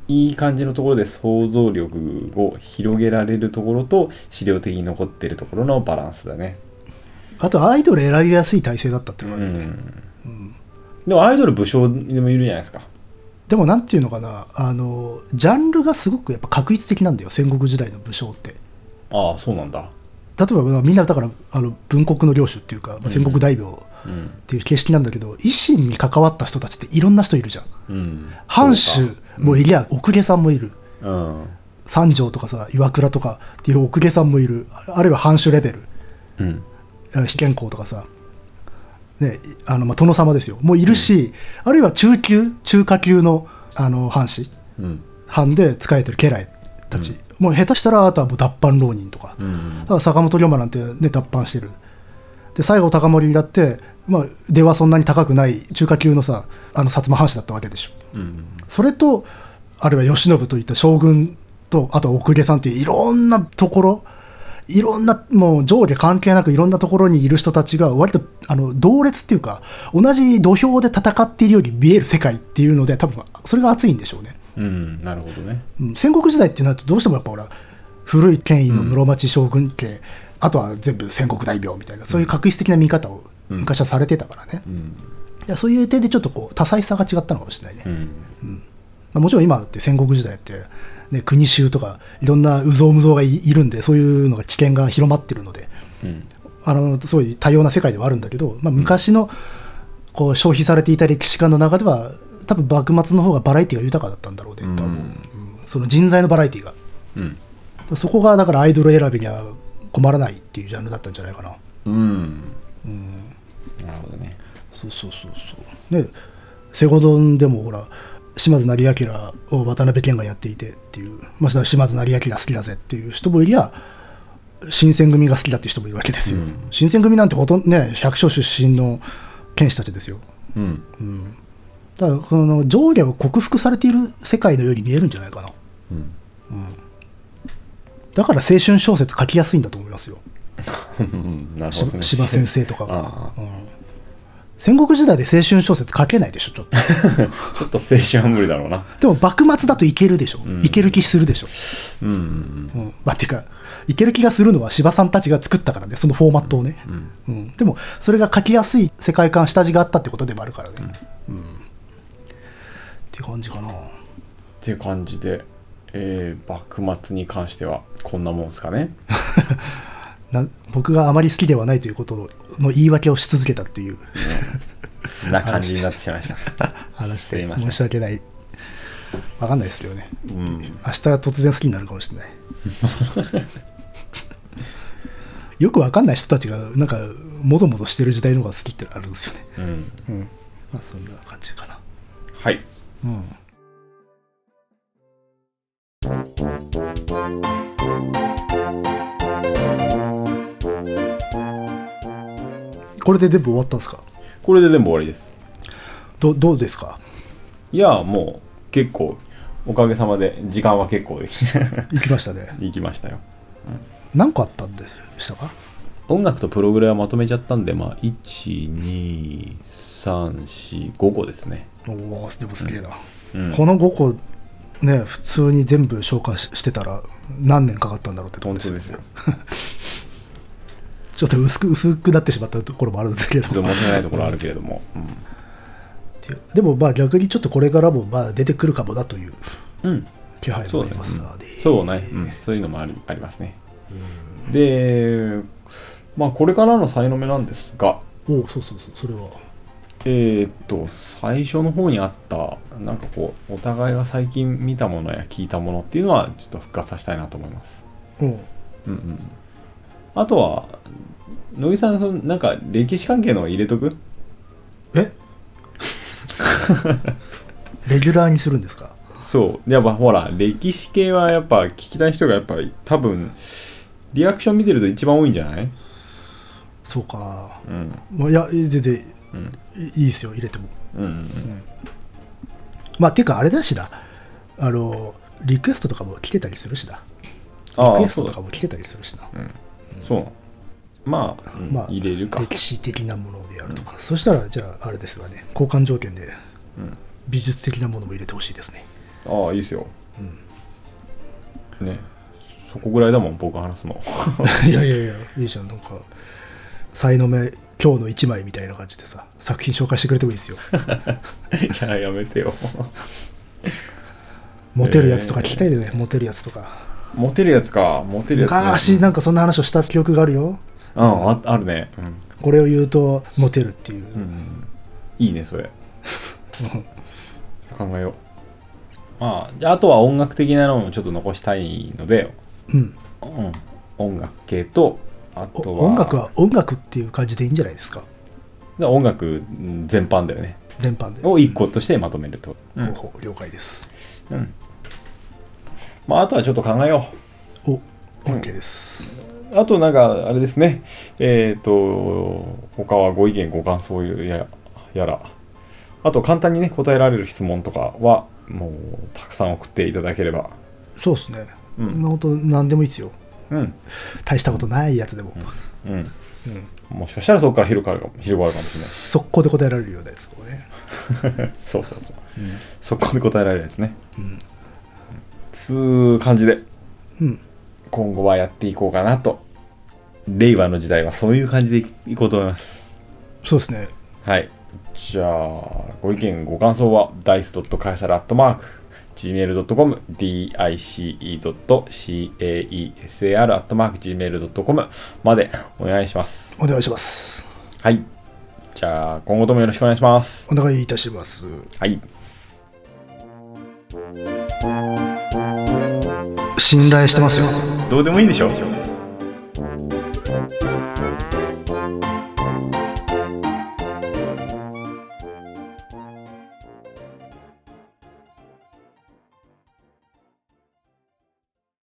いい感じのところで想像力を広げられるところと資料的に残ってるところのバランスだね、
あとアイドル選びやすい体制だったっていう
う
のがあるよね、
ん、でもアイドル武将でもいるじゃないですか
でもなんていうのかなあのジャンルがすごくやっぱ確一的なんだよ戦国時代の武将って
ああそうなんだ
例えばまあみんなだからあの文国の領主っていうか、まあ戦国大名、
うん
っていう形式なんだけど維新に関わった人たちっていろんな人いるじゃん
うん
藩主もいりゃ奥家さんもいる
そうかうん
三条とかさ岩倉とかっていう奥家さんもいるああるいは藩主レベル
うん
えー試験校とかさねあのまあ殿様ですよもういるし、あるいは中級中下級のあの藩士
うん
藩で仕えてる家来たち、もう下手したらあとはもう脱藩浪人とか、
うん
ただ坂本龍馬なんてね脱藩してるで西郷隆盛だって、まあ、出はそんなに高くない中華級のさあの薩摩藩士だったわけでしょ
うん
それとあるいは慶喜といった将軍とあとは奥家さんっていういろんなところいろんなもう上下関係なくいろんなところにいる人たちが割とあの同列っていうか同じ土俵で戦っているより見える世界っていうので多分それが熱いんでしょうね
うん、なるほどね。
うん戦国時代ってなるとどうしてもやっぱほら古い権威の室町将軍家、あとは全部戦国大名みたいなそういう確実的な見方を昔はされてたからね、
うん、
いやそういう点でちょっとこう多彩さが違ったのかもしれないね、
うん、
まあ、もちろん今だって戦国時代って、ね、国衆とかいろんな有象無象がいいるんでそういうのが知見が広まってるので
うん、
あのすごい多様な世界ではあるんだけど、まあ、昔のこう消費されていた歴史観の中では多分幕末の方がバラエティが豊かだったんだろうねとは思う、
うん
うんその人材のバラエティが。
うん、
そこがだからアイドル選びには困らないっていうジャンルだったんじゃないかな。
うん、なるほどね。
そうそうそうそう。ね、セゴドンでもほら、島津成明を渡辺謙がやっていてっていう、まあ、島津成明が好きだぜっていう人もいりゃ、新選組が好きだっていう人もいるわけですよ、
うん
新選組なんてほとんどね百姓出身の剣士たちですよ
うん
だからこの上下を克服されている世界のように見えるんじゃないかな
うん
だから青春小説書きやすいんだと思いますよ
うんなる
し
ほどね。
司馬先生とかが
あ、
うん、戦国時代で青春小説書けないでしょちょっと
ちょっと青春は無理だろうな。
でも幕末だといけるでしょ、いける気するでしょ、
うんうんうん。
うんまあ、てかいける気がするのは司馬さんたちが作ったからねそのフォーマットをね、うんでもそれが書きやすい世界観下地があったってことでもあるからね、うんって感じかな
っていう感じで、えー、幕末に関してはこんなもんですかね。
な僕があまり好きではないということのの言い訳をし続けたっていう
な感じになってしまいました。
話
すい
で
ません
申し訳ない分かんないですけどね
うん。
明日突然好きになるかもしれない よく分かんない人たちがなんかもぞもぞしてる時代の方が好きってのあるんですよね
うん。
うんまあそんな感じかな
はい。
うんこれで全部終わったんですか
これで全部終わりです。
どどうですか
いや、もう結構、おかげさまで時間は結構
行きましたね
いきましたよ。
何個あったんでしたか
音楽とプログラムはまとめちゃったんで、まあ、1、2、3、4、5個ですね。
おおでもすげえな、
うん
この5個ね普通に全部消化ししてたら何年かかったんだろうってとこ
本
で
当
すよ
ですよ。
ちょっと薄く薄くなってしまったところもあるんですけ
ちょっ
ど
と申し訳ないところあるけれども。
でもまあ逆にちょっとこれからもまあ出てくるかもなという
うん。うん
気配もありますので、
そうね、うん、そういうのもありありますね。で、まあ、これからの才能目なんですが、
おおそうそうそうそれは
えーっと、最初の方にあった、なんかこう、お互いが最近見たものや聞いたものっていうのは、ちょっと復活させたいなと思います。
うん
うんうん。あとは、乃木さん、そのなんか歴史関係の入れとく
えレギュラーにするんですか
そう。やっぱほら、歴史系はやっぱ聞きたい人がやっぱり多分、リアクション見てると一番多いんじゃない
そうか、
うん。
まあ、いや全然
うん。
いいいですよ入れても
うんうん。
まあていうかあれだしだあのリクエストとかも来てたりするしだリ
あ
クエ
あ、
ス
そ
ト
う
と
だ
か。も来てたりするしな
そうなのまあ、うん
まあ
入れるか。
歴史的なものでやるとか、そしたらじゃああれですがね交換条件で
うん
美術的なものも入れてほしい ですね
ああ、いいですよ。ね。そこぐらいだもん、僕が話す の。
いやいやいや、いいじゃん、なんか、才能目、今日の一枚みたいな感じでさ、作品紹介してくれてもい いですよ。
いや、やめてよ。
モテるやつとか聞きたいでね、モテるやつとか。
モテるやつか、モテるやつね、
昔、なんかそんな話をした記憶があるよ。
うん、ああるね、
これを言うと、モテるっていう。
うん。うん。いいね、そ れ。考えよう。まあ、じゃあ、あとは音楽的なのもちょっと残したいので、
うん
うん、音楽系とあ
お
とは
音楽は音楽っていう感じでいいんじゃないですか、
だから音楽うん全般だよね
全般で。
を1個としてまとめると、う
ほうんほう了解です。
まあ、あとはちょっと考えよ
お、OK です。
うあとなんかあれですねえっ、と他はご意見ご感想ややらあと簡単にね答えられる質問とかはもうたくさん送っていただければ
そうですね。
うん
んなこと何でもいいですよ。
うん
大したことないやつでも。
うん
うん
もしかしたらそこから広がるかも広がるかもしれない
速攻で答えられるようなやつとかね。
そうそうそう、速攻で答えられるやつね
うん。
つう感じで
うん。
今後はやっていこうかなと令和の時代はそういう感じでいこうと思います
そうですね。
はいじゃあご意見ご感想は dice.caesar.gmail.com dice.caesar.gmail.com までお願いします
お願いします。
はいじゃあ今後ともよろしくお願いします
お願いいたします。
はい
信頼してますよ。
どうでもいいんでしょ